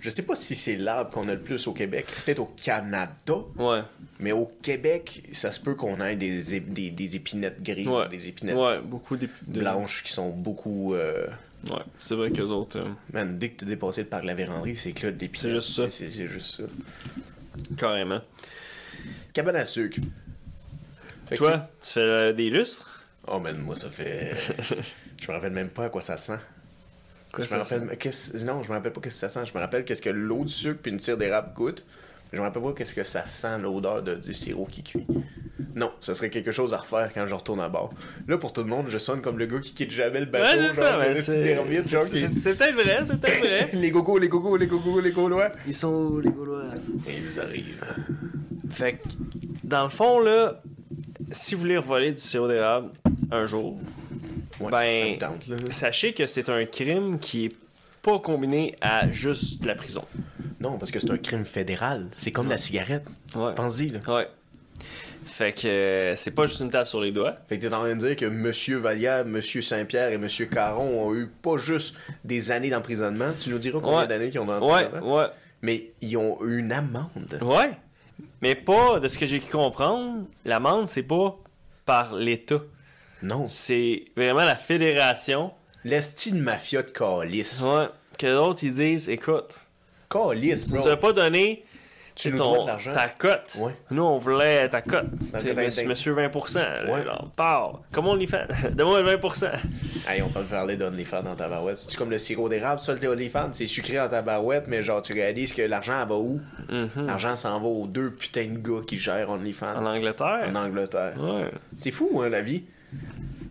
Je sais pas si c'est l'arbre qu'on a le plus au Québec. Peut-être au Canada.
Ouais.
Mais au Québec, ça se peut qu'on ait des, ép- des, des épinettes grises,
Ouais.
des épinettes
Ouais, beaucoup de. de-
blanches qui sont beaucoup. euh,
Ouais, c'est vrai qu'eux autres. euh,
Man, dès que t'es dépassé le parc de la Véranderie, c'est que là, d'épinettes.
C'est juste ça.
C'est c'est juste ça.
carrément.
Cabane à sucre. Fait que
Toi, tu fais euh, des lustres
c'est- Oh, man, moi, ça fait. (laughs) je me rappelle même pas à quoi ça sent.
Quoi,
je me rappelle. qu'est-ce- Non, je me rappelle pas qu'est-ce que ça sent. Je me rappelle qu'est-ce que l'eau de sucre puis une tire d'érable coûte. Je me rappelle pas qu'est-ce que ça sent l'odeur de- du sirop qui cuit. Non, ça serait quelque chose à refaire quand je retourne à bord. Là, pour tout le monde, je sonne comme le gars qui quitte jamais le bateau.
Ouais,
genre,
c'est ça,
le
mais
petit
c'est.
dervise, genre, qui-
C'est c'est peut-être vrai, c'est peut-être vrai.
(laughs) Les gogos, les gogos, les gogos, les gaulois.
Ils sont où, les Gaulois
Ils arrivent.
(laughs) Fait que, dans le fond, là, si vous voulez revoler du sirop d'érable un jour,
Ouais, ça me
ben,
tente, là.
sachez que c'est un crime qui est pas combiné à juste de la prison.
Non, parce que c'est un crime fédéral. C'est comme la cigarette.
Ouais.
Pense-y, là.
Ouais. Fait que euh, c'est pas juste une tape sur les doigts.
Fait que t'es en train de dire que M. Vallière, M. Saint-Pierre et M. Caron ont eu pas juste des années d'emprisonnement. Tu nous diras combien
Ouais.
d'années qu'ils ont
Ouais,
d'emprisonnement.
ouais,
Mais ils ont eu une amende.
ouais. Mais pas, de ce que j'ai pu comprendre, l'amende, c'est pas par l'État.
Non.
C'est vraiment la fédération.
L'esti de mafia de Calis.
Ouais. Que d'autres, ils disent, écoute,
Calis,
tu nous
bro.
as pas donné
Tu
c'est
nous
ton-
dois de l'argent.
ta cote.
Ouais.
Nous, on voulait ta cote.
Dans
C'est
le
monsieur,
80.
monsieur 20%. là,
Ouais.
genre, part. Comment on les fait? (laughs) Donne-moi le 20%.
Hey, on peut parler d'OnlyFans dans ta barouette. C'est comme le sirop d'érable, ça, le thé OnlyFans. C'est sucré dans ta barouette, mais genre, tu réalises que l'argent, elle va où?
Mm-hmm.
L'argent s'en va aux deux putains de gars qui gèrent OnlyFans
En Angleterre.
en Angleterre.
Ouais.
C'est fou, hein, la vie.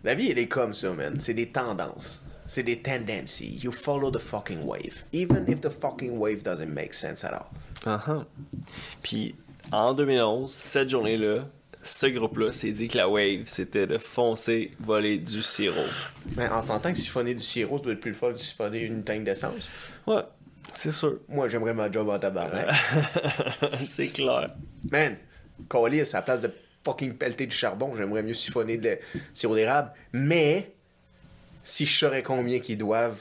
La vie, elle est comme ça, man. C'est des tendances. C'est des tendances. You follow the fucking wave. Even if the fucking wave doesn't make sense at all.
Uh-huh. Puis en 2011, cette journée-là, ce groupe-là s'est dit que la wave, c'était de foncer voler du sirop.
Mais en Ben, s'entend que siphonner du sirop, ça doit être plus le fun que siphonner une tank d'essence.
Ouais, c'est sûr. (laughs)
Moi, j'aimerais ma job en tabarnak.
c'est clair.
Man, colis, à la place de fucking pelleter du charbon, j'aimerais mieux siphonner de le sirop d'érable. Mais, si je saurais combien qu'ils doivent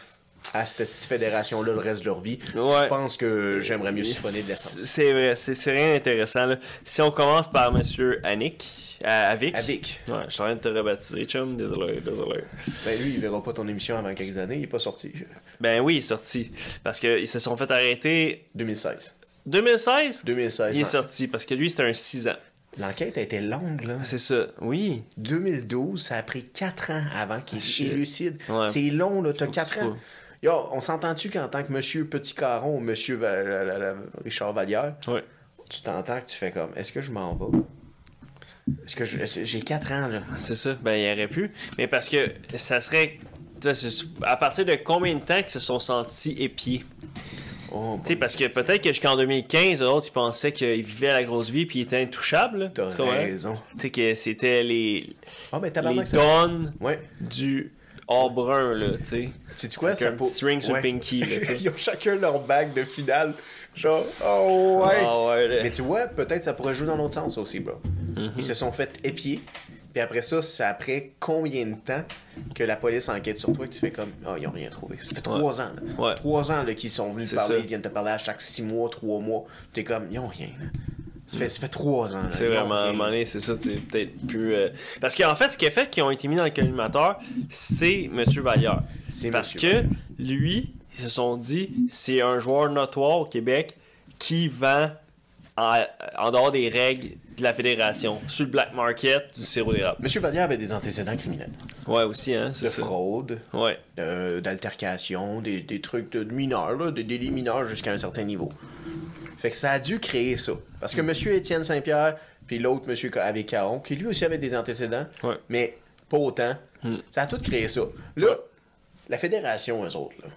à cette petite fédération-là le reste de leur vie,
Ouais.
je pense que j'aimerais mieux siphonner de l'essence.
C'est vrai, c'est c'est rien d'intéressant. là. Si on commence par Monsieur Annick, à, à Vic.
À Vic.
Ouais, je suis en train de te rebaptiser, chum. Désolé, désolé.
Ben lui, il verra pas ton émission avant quelques années, il est pas sorti.
Ben oui, il est sorti. Parce qu'ils se sont fait arrêter
2016.
2016.
2016.
Il est
hein.
sorti parce que lui, c'était un 6 ans.
L'enquête a été longue, là.
C'est ça, oui.
2012, ça a pris 4 ans avant qu'il
Ah, Shit.
élucide.
Ouais.
C'est long, là, t'as
Faut que
4
tu
ans.
trouves.
Yo, on s'entend-tu qu'en tant que monsieur Petit Caron ou monsieur Va- la- la- la- Richard Vallière,
Ouais.
tu t'entends que tu fais comme, est-ce que je m'en vais? Est-ce que je- est-ce- j'ai 4 ans, là?
C'est ça, ben il aurait pu. Mais parce que ça serait. tu sais, c'est- À partir de combien de temps qu'ils se sont sentis épiés?
Oh,
Tu sais, parce que peut-être que jusqu'en 2015, eux autres, ils pensaient qu'ils vivaient la grosse vie puis ils étaient intouchables. là.
T'as
Tu comprends?
raison.
Tu sais, que c'était les,
Ah, mais
les
tabarnak, ça...
dons
Ouais.
du or brun, là, tu sais.
Sais-tu quoi?
Avec un
pour-
petit ring sur le
Ouais.
pinky, là, tu sais.
(laughs) Ils ont chacun leur bague de finale. Genre, oh ouais!
Ah ouais, Mm-hmm. là.
Mais tu vois, peut-être ça pourrait jouer dans l'autre sens aussi, bro. Ils se sont fait épier. Puis après ça, c'est après combien de temps que la police enquête sur toi et que tu fais comme Ah, ils ont rien trouvé. Ça fait trois ans. là.
Ouais.
Trois ans là, qu'ils sont venus te
C'est
parler,
ça.
ils viennent te parler à chaque six mois, trois mois. T'es comme Ils ont rien. là. Ça fait, ça fait trois ans. là.
C'est
Ils ont
vraiment, à un
rien.
moment donné, c'est ça, t'es peut-être plus. euh, Parce qu'en fait, ce qui a fait qu'ils ont été mis dans le collimateur, c'est M. Vallière.
C'est
Parce
Monsieur
que lui, ils se sont dit, c'est un joueur notoire au Québec qui vend en, en dehors des règles de la fédération, sur le black market du sirop d'érable.
Monsieur Vallière avait des antécédents criminels.
Ouais, aussi, hein, c'est
De
ça.
fraude,
Ouais.
euh, d'altercation, des, des trucs de mineurs, là, des délits mineurs jusqu'à un certain niveau. Fait que ça a dû créer ça. Parce que monsieur Étienne Saint-Pierre, puis l'autre monsieur Ca- avec Caron, qui lui aussi avait des antécédents,
Ouais. Hmm.
mais pas autant, ça a tout créé ça. Là, la fédération, eux autres, là,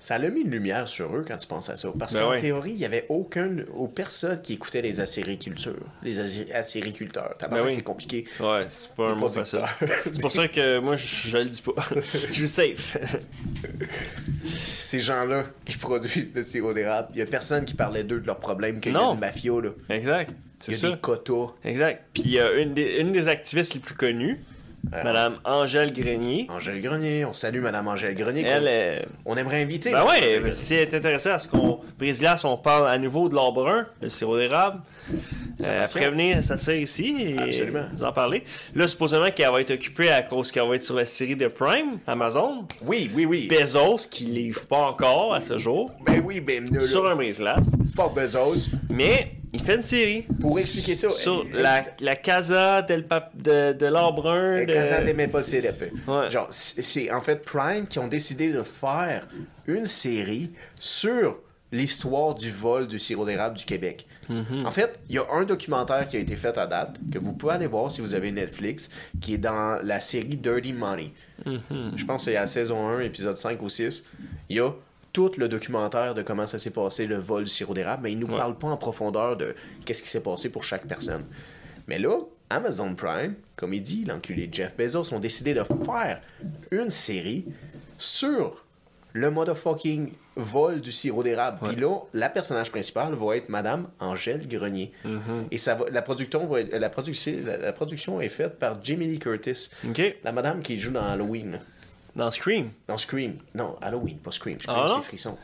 ça l'a mis une lumière sur eux quand tu penses à ça. Parce
Ben
qu'en
ouais.
théorie, il n'y avait aucune ou personne qui écoutait les acéricultures, les acé- acériculteurs. Tabarnak,
Ben oui.
c'est compliqué.
Ouais, c'est pas un
Les
mot facile.
producteurs.
C'est pour ça que moi, je, je le
(laughs)
dis pas. je suis safe.
ces gens-là qui (laughs) produisent le sirop d'érable, il y a personne qui parlait d'eux, de leurs problèmes, qu'il y a
Non.
une mafia, là.
exact.
Il
C'est
y a
ça.
des quotas.
Exact. Puis euh, une, des, une des activistes les plus connues,
Alors,
Madame Angèle Grenier.
Angèle Grenier, on salue Madame Angèle Grenier. qu'on-
Elle est.
On aimerait inviter.
Ben
Madame
ouais,
Angèle
ben,
Grenier.
si elle est intéressée à ce qu'on brise glace, on parle à nouveau de l'arbre brun, le sirop d'érable.
Sa
Euh,
passion.
prévenir sa sœur ici et
hein? Absolument.
nous en parler. Là, supposément qu'elle va être occupée à cause qu'elle va être sur la série de Prime, Amazon.
Oui, oui, oui.
Bezos, qui livre pas encore à ce jour,
Ben oui, ben là, là,
sur un brise-glace.
fuck Bezos.
Mais il fait une série.
Pour expliquer ça,
Sur
elle-
la,
elle-
la Casa del Pap- de, de l'arbre brun.
Et
de-
quand ça t'aimait pas le CDP.
Ouais.
Genre, c'est c'est en fait Prime qui ont décidé de faire une série sur l'histoire du vol du sirop d'érable du Québec.
Mhm.
En fait, il y a un documentaire qui a été fait à date que vous pouvez aller voir si vous avez Netflix, qui est dans la série Dirty Money.
Mhm.
Je pense que c'est à saison 1, épisode 5 ou 6. Il y a tout le documentaire de comment ça s'est passé, le vol du sirop d'érable, mais il nous
Ouais.
parle pas en profondeur de qu'est-ce qui s'est passé pour chaque personne. Mais là, Amazon Prime, comme il dit, l'enculé de Jeff Bezos, ont décidé de faire une série sur le motherfucking vol du sirop d'érable. Puis là, la personnage principale va être Madame Angèle Grenier.
Mhm.
Et ça va- la, production va être- la, produc- la- la production est faite par Jamie Lee Curtis.
Ok.
La madame qui joue dans Halloween. là.
Dans Scream.
Dans Scream. Non, Halloween, pas Scream. Scream,
Ah, non?
c'est frisson.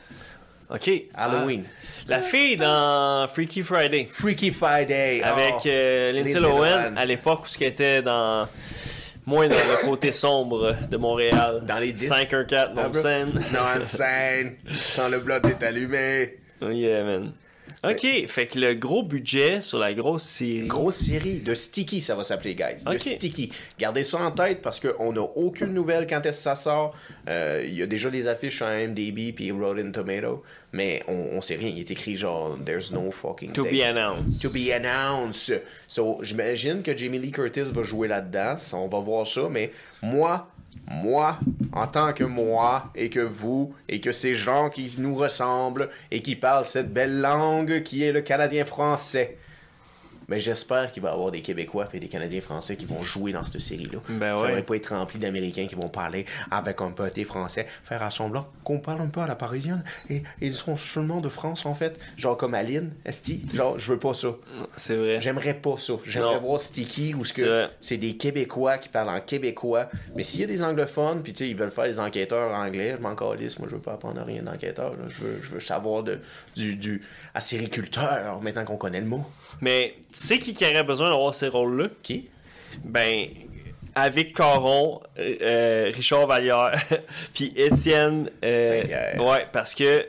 Ok.
Halloween.
Ah. La fille dans Freaky Friday.
Freaky Friday. oh.
Avec euh, Lindsay
Lindsay
Lohan
Lohan.
à l'époque où ce qu'elle était dans. Moins dans le côté sombre de Montréal.
Dans les 10.
514, non,
Ah, bro. (laughs)
scène.
Non, scène. Quand le bloc est allumé.
Yeah, man. Ok, fait que le gros budget sur la grosse série.
Grosse série de Sticky, ça va s'appeler, guys.
Ok.
De Sticky. Gardez ça en tête parce qu'on n'a aucune nouvelle quand est-ce que ça sort. Euh, Il y a déjà les affiches en MDB puis Rotten Tomato, mais on, on sait rien. Il est écrit genre There's no fucking
To be
date.
announced.
To be announced. So, j'imagine que Jamie Lee Curtis va jouer là-dedans. Ça, On va voir ça, mais moi, moi, en tant que moi, et que vous, et que ces gens qui nous ressemblent, et qui parlent cette belle langue qui est le canadien français. Mais j'espère qu'il va y avoir des Québécois et des Canadiens français qui vont jouer dans cette série-là.
Ben
ça
ouais.
va pas être rempli d'Américains qui vont parler avec un petit français, faire à semblant qu'on parle un peu à la parisienne. Et, et ils seront seulement de France, en fait. Genre comme Aline, Esti. Genre, je veux pas ça.
C'est vrai.
J'aimerais pas ça. J'aimerais
Non.
voir Sticky ou ce
C'est
que
vrai.
c'est des Québécois qui parlent en québécois. Mais s'il y a des anglophones, puis tu sais, ils veulent faire des enquêteurs anglais, je m'en calisse. Moi, je veux pas apprendre rien d'enquêteur. là. Je veux, je veux savoir de, du, du à sériculteur, maintenant qu'on connaît le mot.
Mais tu sais qui, qui aurait besoin d'avoir ces rôles-là?
Qui?
Ben, avec Caron, euh, euh, Richard Vallière, (laughs) puis Étienne. euh,
Saint-Pierre.
ouais, parce que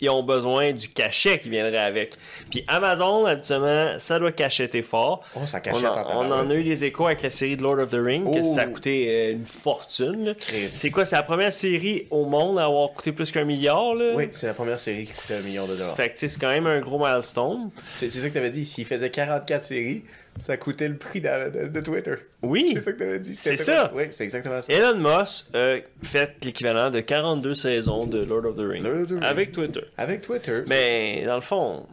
ils ont besoin du cachet qui viendrait avec. Puis Amazon, habituellement, ça doit cacheter fort.
Oh, ça cachette
on
en
en,
tabarouette.
on en a eu des échos avec la série de Lord of the Rings, que
Oh.
ça a coûté euh, une fortune. là.
Christ.
C'est quoi, c'est la première série au monde à avoir coûté plus qu'un milliard, là?
Oui, c'est la première série qui coûtait un million de dollars.
Fait que, tu sais, c'est quand même un gros milestone.
C'est c'est ça que t'avais dit. S'il faisait 44 séries, ça coûtait le prix de, de- de Twitter.
Oui.
C'est ça que t'avais dit.
C'est
C'était-
ça.
Oui, c'est exactement ça.
Elon Musk a fait l'équivalent de 42 saisons de Lord of the Rings
Lord of the Ring.
avec Twitter.
Avec Twitter,
Mais dans le fond,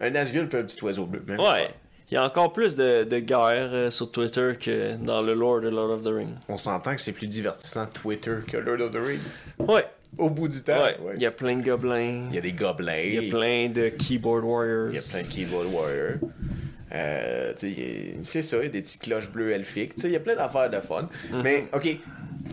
un Nazgul peut un petit oiseau bleu. même
ouais,
affaire.
il y a encore plus de, de guerres euh, sur Twitter que dans le lore de Lord of the Rings.
On s'entend que c'est plus divertissant Twitter que Lord of the Rings.
Ouais,
Au bout du temps,
ouais, il
Ben, ouais.
y a plein de gobelins,
Il y a des gobelins.
il y a plein de keyboard warriors.
Il y a plein de keyboard warriors. Euh, tu sais, il y a- c'est ça, il y a des petites cloches bleues elfiques. Tu sais, il y a plein d'affaires de fun.
Mm-hmm.
Mais, OK,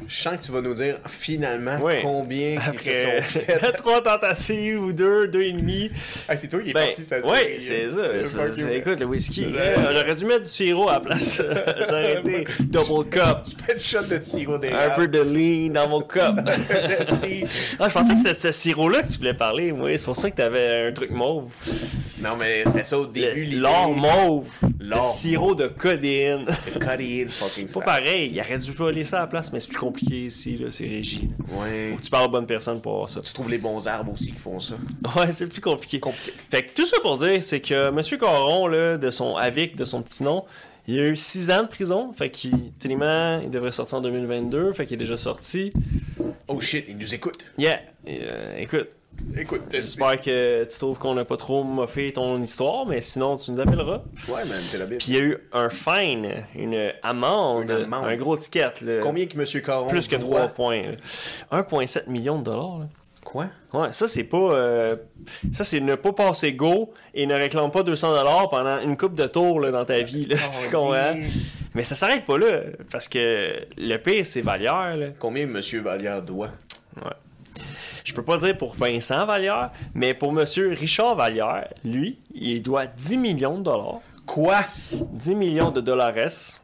je sens que tu vas nous dire finalement
Ouais.
combien qui
(laughs) Après
se sont
(laughs)
fait.
trois tentatives ou deux, deux et demi.
Ah, c'est toi qui es
Ben,
parti, ça se
ouais,
dit,
c'est
euh,
ça.
le
c'est-
fuck
c'est-
you.
écoute, le whisky.
Ouais.
euh, J'aurais dû mettre du sirop à la place. (laughs) J'aurais été double cup.
Pas de shot de sirop
Un
d'érable.
peu de lean dans mon cup.
(laughs) de-
ah, je pensais que c'était ce sirop-là que tu voulais parler, moi. C'est pour ça que t'avais un truc mauve.
non, mais c'était ça au début,
Le-
l'idée.
L'or mauve. Le
L'or
sirop de codéine.
Cody in fucking
Pas
sac.
pareil, il aurait dû voler ça à la place, mais c'est plus compliqué ici, là, c'est régi.
Ouais.
Faut que tu parles aux bonnes personnes pour avoir ça. (laughs)
Tu trouves les bons arbres aussi qui font ça.
Ouais, c'est plus compliqué. Fait que tout ça pour dire, c'est que M. Caron, là, de son avic, de son petit nom, il a eu 6 ans de prison. Fait qu'il, tellement, il devrait sortir en 2022. Fait qu'il est déjà sorti.
Oh shit, ils nous écoutent.
Yeah! Et, euh, écoute,
Écoute, euh,
j'espère que tu trouves qu'on n'a pas trop moffé ton histoire, mais sinon, tu nous appelleras.
Ouais, man, t'es la bête.
Puis il y a eu un fine, une amende,
Une amende.
un gros ticket. là.
Combien que M. Caron.
Euh, Plus que
doit-
3 points. là. 1,7 million de dollars. là.
Quoi?
Ouais, ça c'est pas. euh, ça c'est ne pas passer
Oh,
go et ne réclame pas 200$ pendant une coupe de tours là, dans ta vie. là, (laughs) tu comprends?
Calisse.
Mais ça s'arrête pas là, parce que le pire, c'est Vallière. là.
Combien Monsieur Vallière doit
Je peux pas dire pour Vincent Vallière, mais pour Monsieur Richard Vallière, lui, il doit 10 millions de dollars.
Quoi
10 millions de dollars.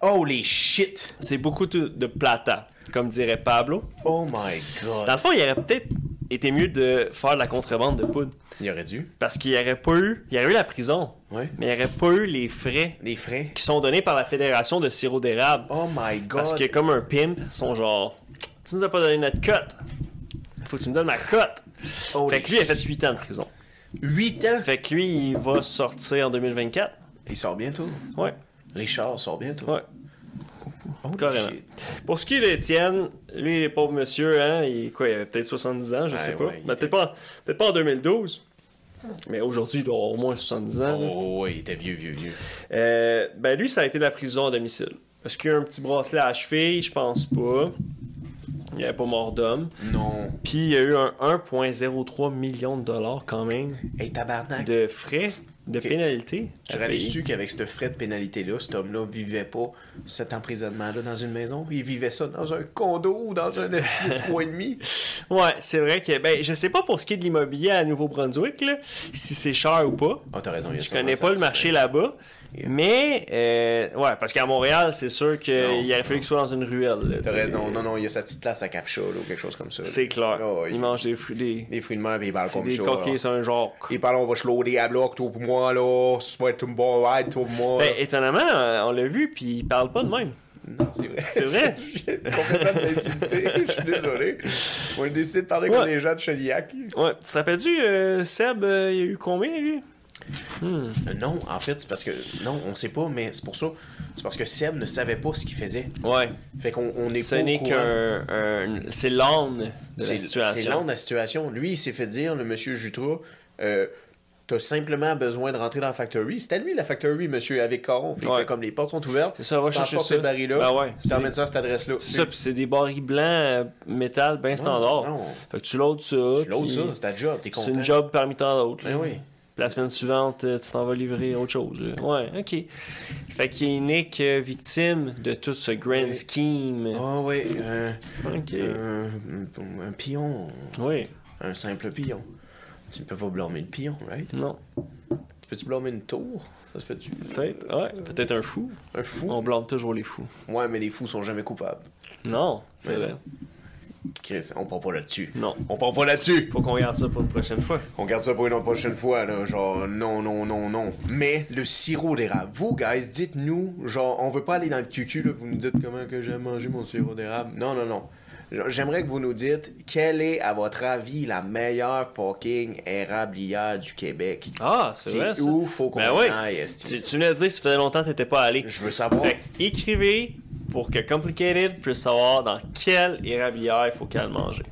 Holy shit
C'est beaucoup de de plata, comme dirait Pablo.
Oh my god
Dans le fond, il aurait peut-être été mieux de faire de la contrebande de poudre.
Il aurait dû.
Parce qu'il n'y aurait pas eu. Il y aurait eu la prison,
Ouais.
mais il n'y aurait pas eu les frais
Les frais.
qui sont donnés par la Fédération de sirop d'érable.
Oh my god
Parce que comme un pimp, ils sont genre Tu nous as pas donné notre cote. Faut que tu me donnes ma cote.
Holy
Fait que lui, il a fait 8 ans de prison.
8 ans
Fait que lui, il va sortir en 2024.
Il sort bientôt.
Ouais,
Richard sort bientôt.
ouais.
Holy
Carrément.
shit.
Pour ce qui est d'Étienne, lui, le pauvre monsieur, hein, il, quoi, il avait peut-être 70 ans, je
Ouais,
sais pas.
ouais, il
Ben,
était-
peut-être, pas peut pas en 2012. Mais aujourd'hui, il doit avoir au moins 70 ans. là.
Oh, ouais, il était vieux, vieux, vieux.
Euh, ben lui, ça a été de la prison à domicile. Est-ce qu'il y a eu un petit bracelet à la cheville? Je pense pas. Il n'y avait pas mort d'homme.
Non.
Puis il y a eu un 1,03 million de dollars quand même
Hey, tabarnak.
de frais, de
Ah. Ok.
pénalité.
Tu réalises-tu qu'avec ce frais de pénalité-là, cet homme-là vivait pas cet emprisonnement-là dans une maison? Il vivait ça dans un condo ou dans un esti de
(laughs)
3,5?
Ouais, c'est vrai que ben je sais pas pour ce qui est de l'immobilier à Nouveau-Brunswick là, si c'est cher ou pas.
Ah, t'as raison, il y a
Je
sûrement
connais
ça,
pas le
c'est
marché
vrai.
là-bas.
Yeah.
Mais, euh, ouais, parce qu'à Montréal, c'est sûr
Non.
qu'il aurait fallu qu'il soit dans une ruelle. là,
T'as
tu sais.
raison. Non, non, il y a sa petite place à Capcha là, ou quelque chose comme ça. là.
C'est clair.
Ah, ouais.
Il mange des fruits, des,
Des fruits de mer, puis il parle comme
des
ça.
coquilles,
là.
c'est un genre.
Il parle, on va se loader à bloc, toi pour moi, là. Ça va être un bon ride, toi pour moi.
Ben, étonnamment, euh, on l'a vu, puis il parle pas de (laughs) même.
Non, Ben, c'est vrai.
C'est vrai.
(laughs) Je viens complètement de l'insulter. Je suis désolé. On a décidé de parler
Ouais.
comme les gens de Chediac.
Ouais, tu te rappelles-tu, euh, Seb, euh, il y a eu combien, lui
Euh, Non, en fait, c'est parce que. Non, on sait pas, mais c'est pour ça. C'est parce que Seb ne savait pas ce qu'il faisait.
Ouais.
Fait qu'on on est
Ce
pas au
n'est
courant.
qu'un. un- C'est l'âne de la
C'est c'est l'ordre
situation.
de la situation. Lui, il s'est fait dire, le monsieur Jutras, euh, t'as simplement besoin de rentrer dans la factory. C'était lui, la factory, monsieur, avec Caron. Puis il
Ouais.
fait comme les portes sont ouvertes.
C'est ça, va
tu t'en
chercher
portes
ça.
ce baril-là.
Ben ouais,
Tu
c'est-
t'emmènes ça à cette adresse-là.
C'est ça, puis c'est des barils blancs, euh, métal, bien standard.
Non, non.
Fait que tu loads ça.
Tu loads
puis
ça, c'est ta job, t'es
C'est
content.
une job parmi tant d'autres. là.
Ben oui.
Puis La semaine suivante, euh, tu t'en vas livrer autre chose. là. Ouais, ok. Fait qu'il est Nick euh, victime de tout ce grand
Oui.
scheme.
Ah ouais, euh,
Ok.
euh, un pion,
Oui,
un simple pion. Tu peux pas blâmer le pion, right?
non.
Tu peux-tu blâmer une tour? Ça se fait-tu?
Peut-être, ouais, peut-être un fou.
Un fou?
On blâme toujours les fous.
Ouais, mais les fous Ben sont jamais coupables.
Non, c'est
Mais
vrai.
Chris, on part pas là-dessus.
Non.
On part pas là-dessus!
Faut qu'on regarde ça pour une prochaine fois.
On garde ça pour une autre prochaine fois, là. Genre, non, non, non, non. Mais le sirop d'érable. Vous, guys, dites-nous, genre, on veut pas aller dans le cucu, là. Vous nous dites comment que j'ai mangé mon sirop d'érable. Non, non, non. Genre, J'aimerais que vous nous dites quelle est, à votre avis, la meilleure fucking érablière du Québec.
Ah, c'est vrai
C'est
ça.
où faut qu'on
Ben oui.
aille, esti.
Tu, tu venais de dire que ça faisait longtemps que t'étais pas allé.
Je veux savoir.
Fait que écrivez pour que Complicated puisse savoir dans quelle érablière il faut qu'elle manger.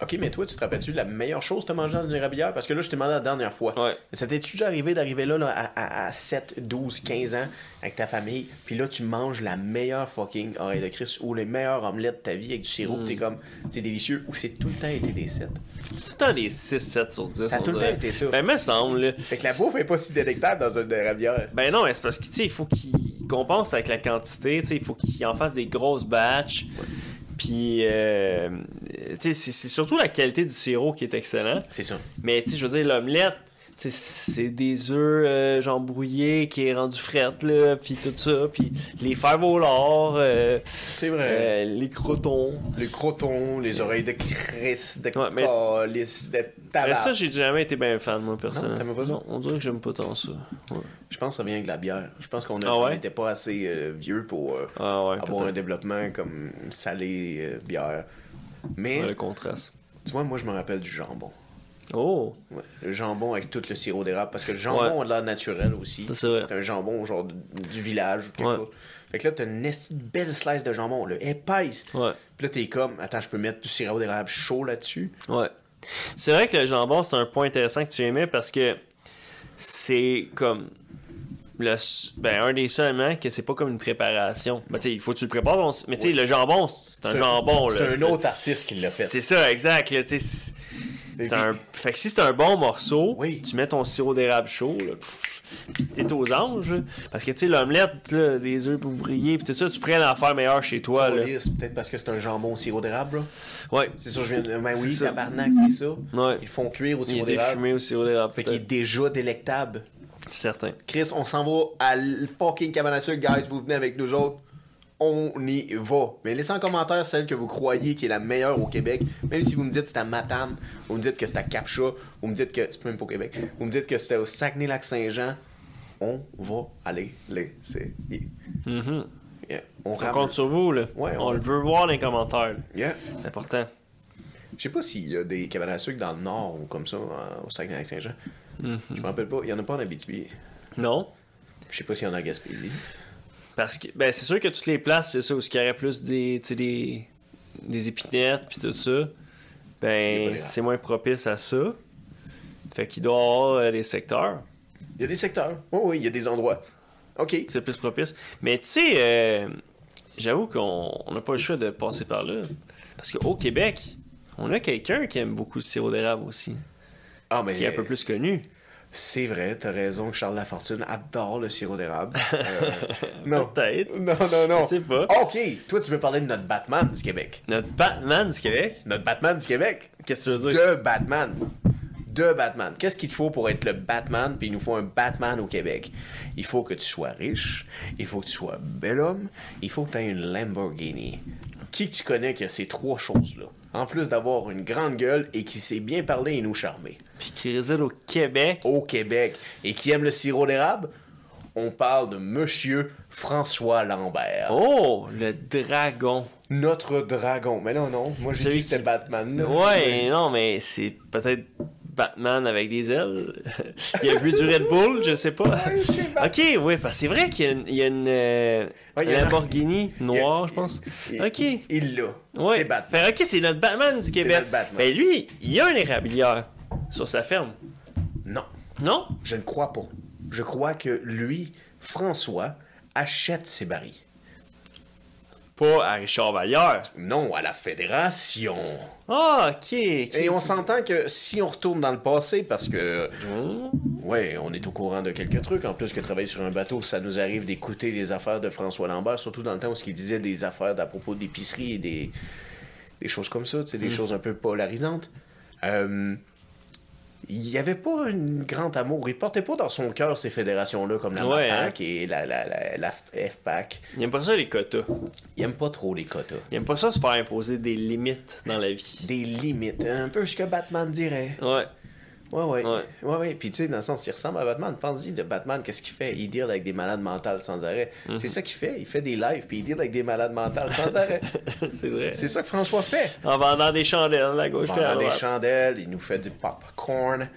Ok, mais toi, tu te rappelles-tu de la meilleure chose que t'as mangé dans une érablière? Parce que là, je t'ai demandé la dernière fois.
Ouais.
Ça t'es-tu déjà arrivé d'arriver là, là, à, à- à 7, 12, 15 ans avec ta famille, puis là, tu manges la meilleure fucking oreille de Christ ou les meilleures omelettes de ta vie avec du sirop, puis
Mm.
t'es comme, c'est délicieux, ou c'est tout le temps été des 7.
C'est tout le temps des 6, 7 sur 10.
Ça a
on
tout le
dirait.
temps été ça.
Ben, me semble. là.
Fait que la bouffe est pas si délectable dans une érablière.
Ben non, mais c'est parce que tu sais, il faut qu'il compense avec la quantité, tu sais, il faut qu'il en fasse des grosses batches. Puis, euh, tu sais, c'est c'est surtout la qualité du sirop qui est excellent.
C'est ça.
Mais tu sais, je veux dire, l'omelette, tu sais, c'est des œufs euh, genre brouillés qui est rendu fret, là, puis tout ça, puis les fèves au lard, euh,
C'est vrai.
euh, les crotons.
Le croton, les oreilles de Christ, de
Ouais, mais-
calice, de
Mais ça,
tabac.
j'ai jamais été bien fan, moi,
Ah, bah. t'aimes
personnellement.
pas ça?
Non, on dirait que j'aime pas tant ça. Ouais.
Je pense que ça vient avec la bière. Je pense qu'on a-
Ah
on
ouais?
n'était pas assez euh, vieux pour. euh,
Ah ouais,
avoir un
peut-être.
développement comme salé, euh, bière. Mais,
Ouais, le contraste.
tu vois, moi, je me rappelle du jambon.
Oh!
Ouais, Le jambon avec tout le sirop d'érable, parce que le jambon
Ouais.
a de l'air naturel aussi.
Ça, c'est vrai.
un jambon genre du, du village ou quelque
Ouais.
chose. Fait que là, t'as une esti de belle slice de jambon, le épaisse.
Ouais.
Puis là, t'es comme, attends, je peux mettre du sirop d'érable chaud là-dessus.
Ouais. C'est vrai que le jambon, c'est un point intéressant que tu aimais parce que c'est comme. Le, s- ben, un des seuls éléments que c'est pas comme une préparation. Ben, tu sais, il faut que tu le prépares. on s- mais tu sais, le jambon, c'est un
C'est-
jambon.
C'est
là.
un autre artiste qui l'a fait.
C'est ça, exact. là, tu sais, c'est-
Mais
c'est
oui.
un- Fait que si c'est un bon morceau,
Oui.
tu mets ton sirop d'érable chaud. là, pff, puis t'es aux anges. Parce que, tu sais, l'omelette, là, des œufs pour briller, puis tout ça, tu pourrais en faire meilleur chez toi, là.
Police, peut-être parce que c'est un jambon au sirop d'érable. là.
Ouais.
C'est sûr, je viens de. Ben oui,
C'est ça.
tabarnak, c'est ça.
Ouais.
Ils font cuire au
Il est
sirop d'érable.
défumé au sirop d'érable.
Fait qu'il est
peut-être.
déjà délectable.
Certain.
Chris, on s'en va à l- fucking cabane à sucre, guys. Vous venez avec nous autres. On y va. Mais laissez en commentaire celle que vous croyez qui est la meilleure au Québec. Même si vous me dites que c'est à Matane, vous me dites que c'est à Capcha, vous me dites que c'est même pas au Québec, vous me dites que c'était au Saguenay-Lac-Saint-Jean, on va aller l'essayer.
Mhm.
Yeah. On
On
raconte
compte sur vous, là.
Ouais,
on
ouais.
le veut voir dans les commentaires. là.
Yeah.
C'est important.
Je sais pas s'il y a des cabanes à sucre dans le nord ou comme ça, euh, au Saguenay-Lac-Saint-Jean. Je me rappelle pas. Il y en a pas en Abitibi.
Non?
Je sais pas s'il y en a à Gaspésie.
Parce que, ben, c'est sûr que toutes les places, c'est ça, où il y aurait plus des, tu sais, des, des épinettes, puis tout ça,
Il y a pas
ben,
des
c'est moins propice à ça. Fait qu'il doit y avoir euh, des secteurs.
Il y a des secteurs. Oui, oui, il y a des endroits. OK.
où C'est plus propice. Mais tu sais, euh, j'avoue qu'on on n'a pas le choix de passer par là. Parce qu'au Québec, on a quelqu'un qui aime beaucoup le sirop d'érable aussi,
Ah, mais
qui est un peu plus connu.
C'est vrai, t'as raison que Charles Lafortune adore le sirop d'érable.
(laughs)
Euh, non.
Peut-être.
Non, non, non.
Je sais pas.
OK, toi, tu veux parler de notre Batman du Québec.
Notre Batman du Québec.
Notre Batman du Québec.
Qu'est-ce que tu veux dire?
De Batman. De Batman. Qu'est-ce qu'il te faut pour être le Batman? Puis il nous faut un Batman au Québec. Il faut que tu sois riche. Il faut que tu sois bel homme. Il faut que tu aies une Lamborghini. Qui que tu connais qui a ces trois choses-là? En plus d'avoir une grande gueule et qui sait bien parler et nous charmer.
Puis qui réside au Québec.
au Québec et qui aime le sirop d'érable, on parle de Monsieur François Lambert.
Oh, le dragon.
Notre dragon. Mais non, non, moi j'ai
Celui
dit que c'était
qui-
Batman. là.
Ouais, non, mais c'est peut-être Batman avec des ailes. (laughs) il a bu du Red Bull, je sais pas.
Ouais, c'est Batman.
ok, oui, parce que c'est vrai qu'il y a une, il y a une, euh,
Ouais, il y a un-
Lamborghini
Il-
noire,
il-
je pense.
il-
ok.
Il l'a.
Ouais.
C'est Batman.
Fait, ok, c'est notre Batman du Québec.
notre Batman.
Ben lui, il y a un érablière sur sa ferme.
Non,
Non?
je ne crois pas. Je crois que lui, François, achète ses barils.
Pas à Richard Vallière.
Non, à la Fédération.
Ah, ok. ok.
Et on s'entend que si on retourne dans le passé, parce que euh,
Oh.
Ouais, on est au courant de quelques trucs. En plus que travailler sur un bateau, ça nous arrive d'écouter les affaires de François Lambert, surtout dans le temps où il disait des affaires à propos d'épicerie et des, des choses comme ça, tu sais, des choses un peu polarisantes. Euh, il n'y avait pas un grand amour. Il portait pas dans son cœur ces fédérations-là comme la
Ouais,
MAPAC et la, la, la, la FPAC.
Il aime pas ça les quotas.
Il aime pas trop les quotas.
Il aime pas ça se faire imposer des limites dans la vie.
Des limites, un peu ce que Batman dirait.
Ouais.
Ouais, ouais.
Ouais.
Ouais, ouais. Puis, tu sais, dans le sens, il ressemble à Batman. Pense-y de Batman, qu'est-ce qu'il fait Il deal avec des malades mentales sans arrêt.
Mhm.
C'est ça qu'il fait. Il fait des lives, puis il deal avec des malades mentales sans
(laughs)
arrêt.
c'est vrai.
(laughs) C'est ça que François fait.
En vendant des chandelles à gauche
Il
et à
vend des
droite.
chandelles, il nous fait du popcorn.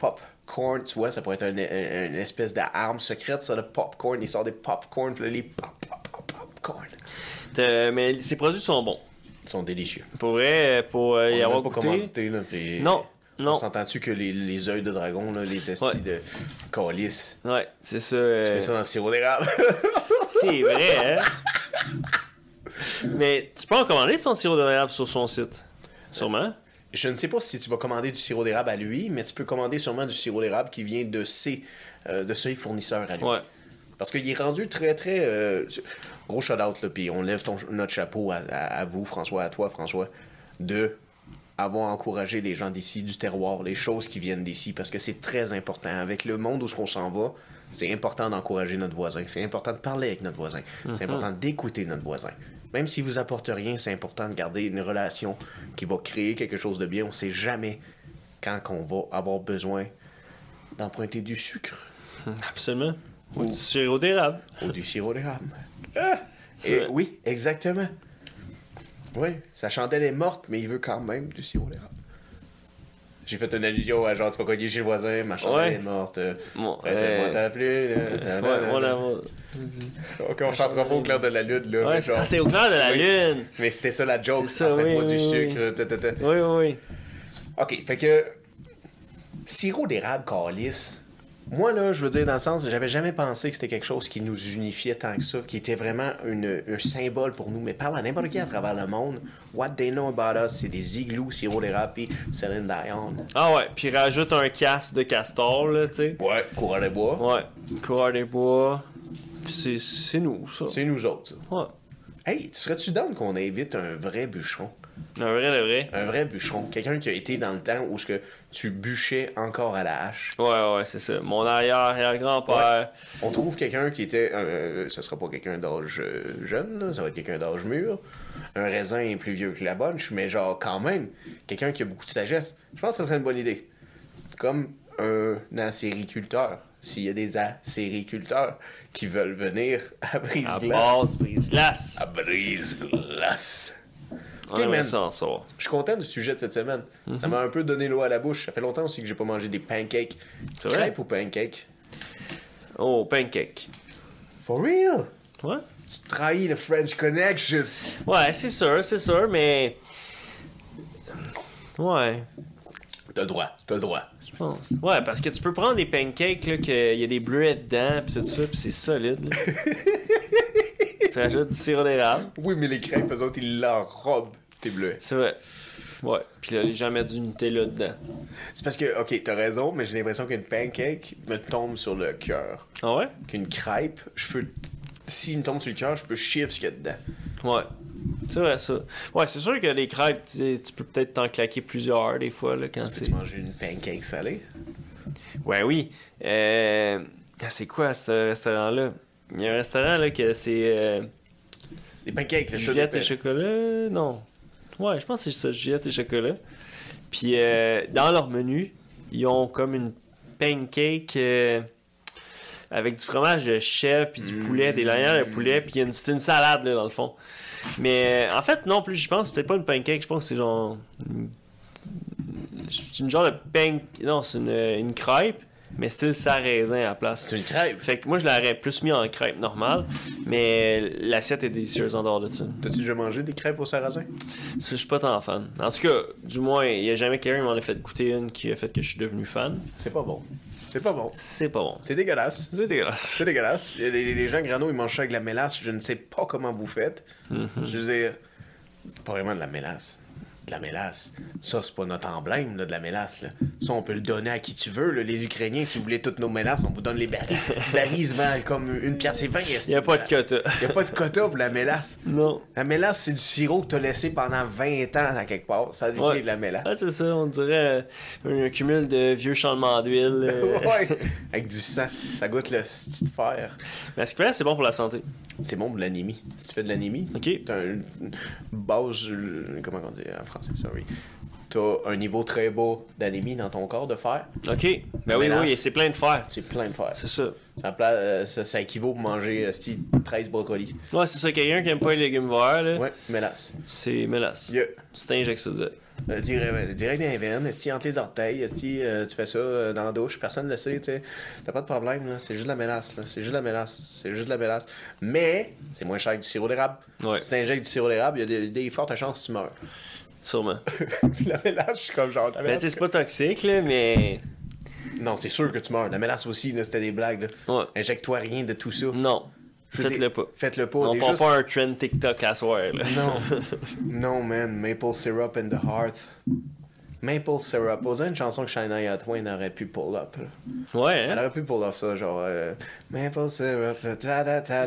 Popcorn, tu vois, ça pourrait être un- un- une espèce d'arme secrète, ça, le popcorn. Il sort des popcorn, puis là, les pop, pop, pop, popcorn.
Euh, mais ces produits sont bons.
Ils sont délicieux.
Pour vrai, euh, pour euh,
On
y
n'a
avoir
pas
goûté.
commandité, là. puis-
Non, non.
On s'entend-tu que les, les œils de dragon, là, les estis
Ouais.
de calice,
Ouais, c'est ça.
tu
euh,
mets ça dans le sirop d'érable.
c'est vrai, hein? mais tu peux en commander de son sirop d'érable sur son site. Sûrement.
Je ne sais pas si tu vas commander du sirop d'érable à lui, mais tu peux commander sûrement du sirop d'érable qui vient de ses, euh, de ses fournisseurs à lui.
Ouais.
Parce qu'il est rendu très, très. euh, gros shout-out, là, puis on lève ton- notre chapeau à, à- à vous, François, à toi, François, de avoir encouragé les gens d'ici, du terroir, les choses qui viennent d'ici, parce que c'est très important. Avec le monde où ce qu'on s'en va, c'est important d'encourager notre voisin, c'est important de parler avec notre voisin, c'est important d'écouter notre voisin. Même s'il vous apporte rien, c'est important de garder une relation qui va créer quelque chose de bien. On sait jamais quand qu'on va avoir besoin d'emprunter du sucre
Absolument. Ou du sirop d'érable.
ou du sirop d'érable. Ah!
C'est
Et
vrai.
oui, exactement. Oui, sa chandelle est morte, mais il veut quand même du sirop d'érable. J'ai fait une allusion à genre, tu vas cogner chez le voisin, ma chandelle
Ouais.
est morte.
Bon,
Arrête-moi
euh,
t'as plus. là.
Ouais, voilà.
ben. Ok, on chantera pas au clair de la lune, là.
Ouais,
mais
c'est
genre-
ah, c'est au clair de la
Oui.
lune.
Mais c'était ça la joke.
C'est ça, oui,
Arrête-moi du
oui, oui.
sucre. ta, ta, ta.
Oui, oui, oui.
Ok, fait que. Sirop d'érable, calice. Moi, là, je veux dire, dans le sens, j'avais jamais pensé que c'était quelque chose qui nous unifiait tant que ça, qui était vraiment une- un symbole pour nous. Mais parle à n'importe qui à travers le monde. What they know about us, c'est des igloos, sirop d'érable, puis Céline Dion.
Ah ouais, puis rajoute un casque de castor, là, tu sais.
Ouais, courant les bois.
Ouais, coureur des bois. Puis C'est c'est nous, ça.
C'est nous autres, ça.
Ouais.
Hey, tu serais-tu down qu'on invite un vrai bûcheron?
Le vrai, le vrai.
Un vrai bûcheron. Quelqu'un qui a été dans le temps où ce que tu bûchais encore à la hache.
Ouais, ouais, c'est ça. Mon arrière-arrière-grand-père.
On trouve quelqu'un qui était. euh, ça sera pas quelqu'un d'âge euh, jeune, là, ça va être quelqu'un d'âge mûr. Un raisin est plus vieux que la bunch, mais genre quand même, quelqu'un qui a beaucoup de sagesse. Je pense que ça serait une bonne idée. Comme un acériculteur. S'il y a des acériculteurs qui veulent venir à
À
Brise-Glace.
base, brise glace.
À Brise-Glace.
On aimerait
man.
ça Mm-hmm. en sort.
Je suis content du sujet de cette semaine. Ça m'a un peu donné l'eau à la bouche. Ça fait longtemps aussi que j'ai pas mangé des pancakes.
C'est vrai?
Crêpes ou pancakes?
Oh, pancake.
For real?
Ouais.
Tu trahis le French Connection.
Ouais, c'est sûr, c'est sûr, mais. Ouais,
T'as le droit, t'as le droit.
je pense. Ouais, parce que tu peux prendre des pancakes, là, qu'il y a des bleuets dedans, pis tout ça, pis c'est solide, (laughs) là. tu rajoutes du sirop d'érable.
Oui, mais les crêpes, eux autres, ils l'enrobent, tes bleus.
C'est vrai. Ouais, pis là, les gens mettent du Nutella dedans.
C'est parce que, ok, t'as raison, mais j'ai l'impression qu'une pancake me tombe sur le cœur.
Ah ouais?
Qu'une crêpe, je peux. S'il me tombe sur le cœur, je peux chier ce qu'il y a dedans.
Ouais. C'est vrai, ça. Ouais, c'est sûr que les crêpes, tu tu peux peut-être t'en claquer plusieurs, des fois, là, quand c'est.
Peux-tu manger une pancake salée?
Ouais, oui. Euh, ah, C'est quoi ce restaurant-là? Il y a un restaurant là que c'est euh,
Des pancakes, le ça
Juliette et
dépend.
Chocolat. Non. Ouais, je pense que c'est ça, Juliette et Chocolat. Puis euh, dans leur menu, ils ont comme une pancake euh, avec du fromage de chèvre, puis du poulet,
Mm.
des lanières de poulet, puis il y a une- c'est une salade là, dans le fond. Mais euh, en fait, non plus, je pense, c'est peut-être pas une pancake, je pense que c'est genre. une- C'est une genre de pancake. Non, c'est une, une crêpe, mais style ça raisin à la place.
C'est une crêpe.
Fait que moi, je l'aurais plus mis en crêpe normale, mais l'assiette est délicieuse en dehors de ça.
T'as-tu déjà mangé des crêpes au sarrasin?
Ça, Je suis pas tant fan. En tout cas, du moins, il y a jamais quelqu'un qui m'en a fait goûter une qui a fait que je suis devenu fan.
C'est pas bon. C'est pas bon.
C'est pas bon.
C'est dégueulasse.
C'est dégueulasse.
C'est dégueulasse. Les, les- les gens grano, ils mangent ça avec de la mélasse. Je ne sais pas comment vous faites.
Mm-hmm.
Je veux dire, pas vraiment de la mélasse. De la mélasse. Ça, c'est pas notre emblème, là, de la mélasse. là. Ça, on peut le donner à qui tu veux. là. Les Ukrainiens, si vous voulez toutes nos mélasses, on vous donne les
(laughs)
barils. barils ils se vendent comme une pièce et vingt.
Il y a pas de quota.
Il a pas de quota pour la mélasse.
Non.
La mélasse, c'est du sirop que t'as laissé pendant 20 ans à quelque part. Ça devient
Ouais.
de la mélasse.
Ah, c'est ça, on dirait euh, un cumul de vieux changements d'huile.
(laughs)
euh.
ouais. Avec du sang. Ça goûte le petit fer.
Mais ce qui paraît, c'est bon pour la santé.
C'est bon pour l'anémie. Si tu fais de l'anémie,
Ok.
t'as une une base. euh, Comment on dit en français, sorry. T'as un niveau très bas d'anémie dans ton corps de fer.
Ok. Ben oui,
Mélange.
oui, c'est plein de fer.
C'est plein de fer.
C'est ça.
Ça, pla- euh, ça, ça équivaut pour manger euh, si 13 brocolis.
Ouais, c'est ça, quelqu'un qui aime pas les légumes verts, là,
Ouais, mélasse.
c'est mélasse.
Yeah.
Tu t'injectes ça direct.
Euh, direct, euh, direct dans les veines, si entre les orteils, si tu fais ça euh, dans la douche, personne ne le sait, tu sais. T'as pas de problème, là. C'est juste de la mélasse, là. C'est juste de la mélasse. C'est juste de la mélasse. Mais, c'est moins cher que du sirop d'érable.
Ouais.
Si tu t'injectes du sirop d'érable, il y a des, des fortes chances que tu meurs. (laughs)
Sûrement.
Puis la mélasse, je suis comme genre. la
Ben, tu
mélasse,
sais, c'est pas toxique, là, mais.
Non, c'est sûr que tu meurs. La menace aussi, là, c'était des blagues. là.
Ouais.
Injecte-toi rien de tout ça.
Non.
Je veux
Faites-le
dire,
pas.
Faites-le pas.
On
des
prend
juste-
pas un trend TikTok à soir, là.
Non. non, man. Maple syrup and the hearth. Maple syrup. On dirait une chanson que Shania Twain aurait pu pull up. là.
(laughs) Ouais,
Elle
hein?
aurait pu pull up ça, genre. euh, Maple syrup. ta ta ta ta ta ta ta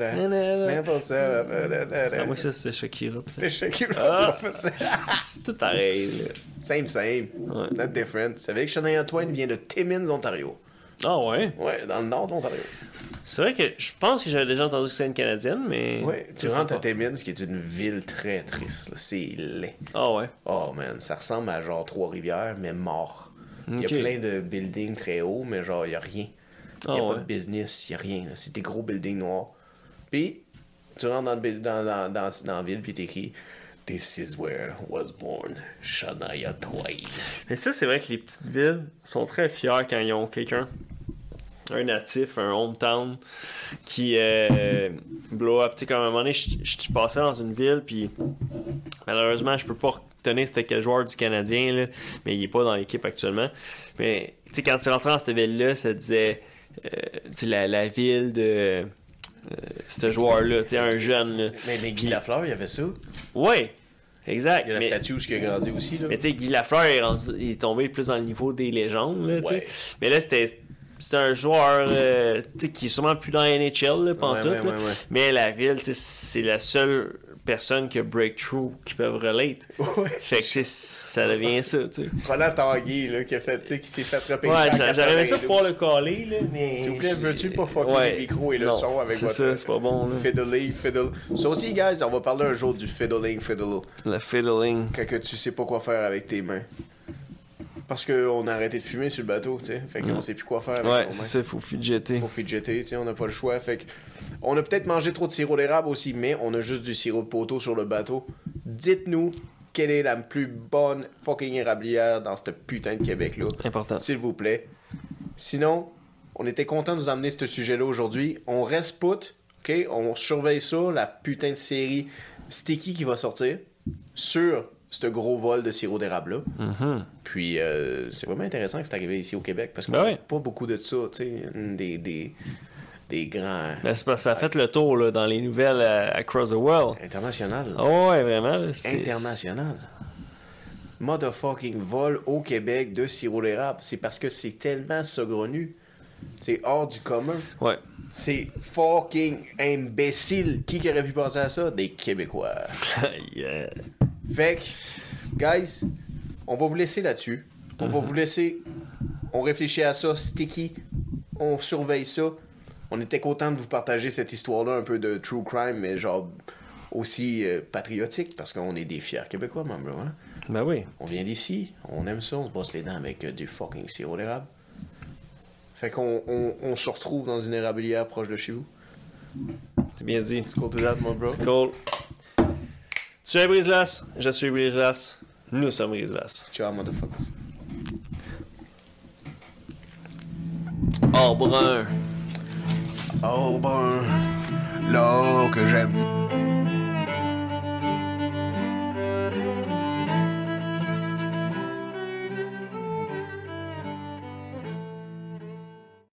ta.
Ouais, ben-
Maple syrup. ta ta ta ta.
Ah, moi, ça,
(laughs)
c'est Shakira.
C'était Shakira.
Ah.
ça.
C'est tout pareil, là.
(laughs) Same, same.
Ouais.
Not different. Tu savais que Shania Twain vient de Timmins, Ontario.
Ah, ouais.
Ouais, dans le nord de l'Ontario.
C'est vrai que je pense que j'avais déjà entendu que c'était une Canadienne, mais.
Ouais, tu
Je sais
rentres à
pas.
Timmins, qui est une ville très triste. là. C'est laid.
Ah, ouais.
Oh man, ça ressemble à genre Trois-Rivières, mais mort. Il
Ok.
y a plein de buildings très hauts, mais genre, il n'y a rien. Il n'y a
Ah,
pas
ouais.
de business, il n'y a rien. là. C'est des gros buildings noirs. Puis, tu rentres dans, le buil- dans, dans, dans, dans la ville, puis t'écris This is where was born Shania Twain.
Mais ça, c'est vrai que les petites villes sont très fières quand ils ont quelqu'un un natif, un hometown, qui euh, blow up. Tu sais, comme à un moment donné, je, je- je passais dans une ville, puis malheureusement, je peux pas retenir c'était quel joueur du Canadien, là, mais il est pas dans l'équipe actuellement. Mais tu sais, quand tu rentrais dans cette ville-là, ça disait euh, tu sais, la, la ville de euh, ce joueur-là, tu sais, un jeune. Là.
Mais, mais Guy Lafleur, il y avait ça.
Ouais, exact.
Il y a la
mais-
statue où il a grandi aussi. Là.
mais tu sais, Guy Lafleur est, rendu- il est tombé plus dans le niveau des légendes. Là, tu sais.
Ouais.
Mais là, c'était c'était un joueur euh, tu sais, qui est sûrement plus dans la NHL, là, pantoute,
Ouais, ouais,
là.
ouais, ouais.
Mais la ville, tu sais, c'est la seule personne qui a breakthrough qui peuvent relate.
Ouais.
Fait que tu sais, ça devient ça. tu sais.
(laughs) Roland Tanguy, là, qui, a fait, tu sais, qui s'est fait repérer.
Ouais,
en
j'a- j'aurais aimé ça
92.
pouvoir le caler, là, mais.
S'il vous plaît, veux-tu pas fucker les micros et le
Non,
son avec
C'est
votre-
ça, c'est pas bon. Là.
Fiddling, fiddle. Ça aussi, guys, on va parler un jour du fiddling, fiddle.
Le fiddling.
Quand que tu sais pas quoi faire avec tes mains. Parce qu'on a arrêté de fumer sur le bateau, tu sais. Fait qu'on sait plus quoi faire avec
Mm. Ouais,
nos
c'est
mains.
ça, faut fidgeter.
Pour fidgeter, tu sais, on n'a pas le choix. Fait que on a peut-être mangé trop de sirop d'érable aussi, mais on a juste du sirop de poteau sur le bateau. Dites-nous quelle est la plus bonne fucking érablière dans ce putain de Québec-là.
Important.
S'il vous plaît. Sinon, on était content de vous amener ce sujet-là aujourd'hui. On reste put, OK? On surveille ça, la putain de série Sticky qui va sortir sur ce gros vol de sirop d'érable-là.
Mhm.
Puis, euh, c'est vraiment intéressant que c'est arrivé ici au Québec parce qu'on
Ben
n'a
ouais.
pas beaucoup de ça, tu sais, des, des, des grands
Ben, c'est parce que ça a fait le tour là, dans les nouvelles à- across the world.
internationaux.
Oh, ouais, vraiment. là, c'est-
international. Motherfucking vol au Québec de sirop d'érable. C'est parce que c'est tellement saugrenu. C'est hors du commun.
Ouais. (laughs)
C'est fucking imbécile. Qui qui aurait pu penser à ça? Des Québécois.
Yeah.
Fait que, guys, on va vous laisser là-dessus. On va vous laisser. On réfléchit à ça, sticky. On surveille ça. On était content de vous partager cette histoire-là, un peu de true crime, mais genre aussi euh, patriotique, parce qu'on est des fiers Québécois, mon bro. hein.
Ben oui.
On vient d'ici, on aime ça, on se brosse les dents avec euh, du fucking sirop d'érable. Fait qu'on on- on se retrouve dans une érablière proche de chez vous.
C'est bien dit.
C'est cool to that, mon bro.
C'est cool. Tu es Brise-Glace, je suis Brise-Glace, nous sommes Brise-Glace.
Ciao, motherfuckers.
Or brun.
Oh ben, là que j'aime.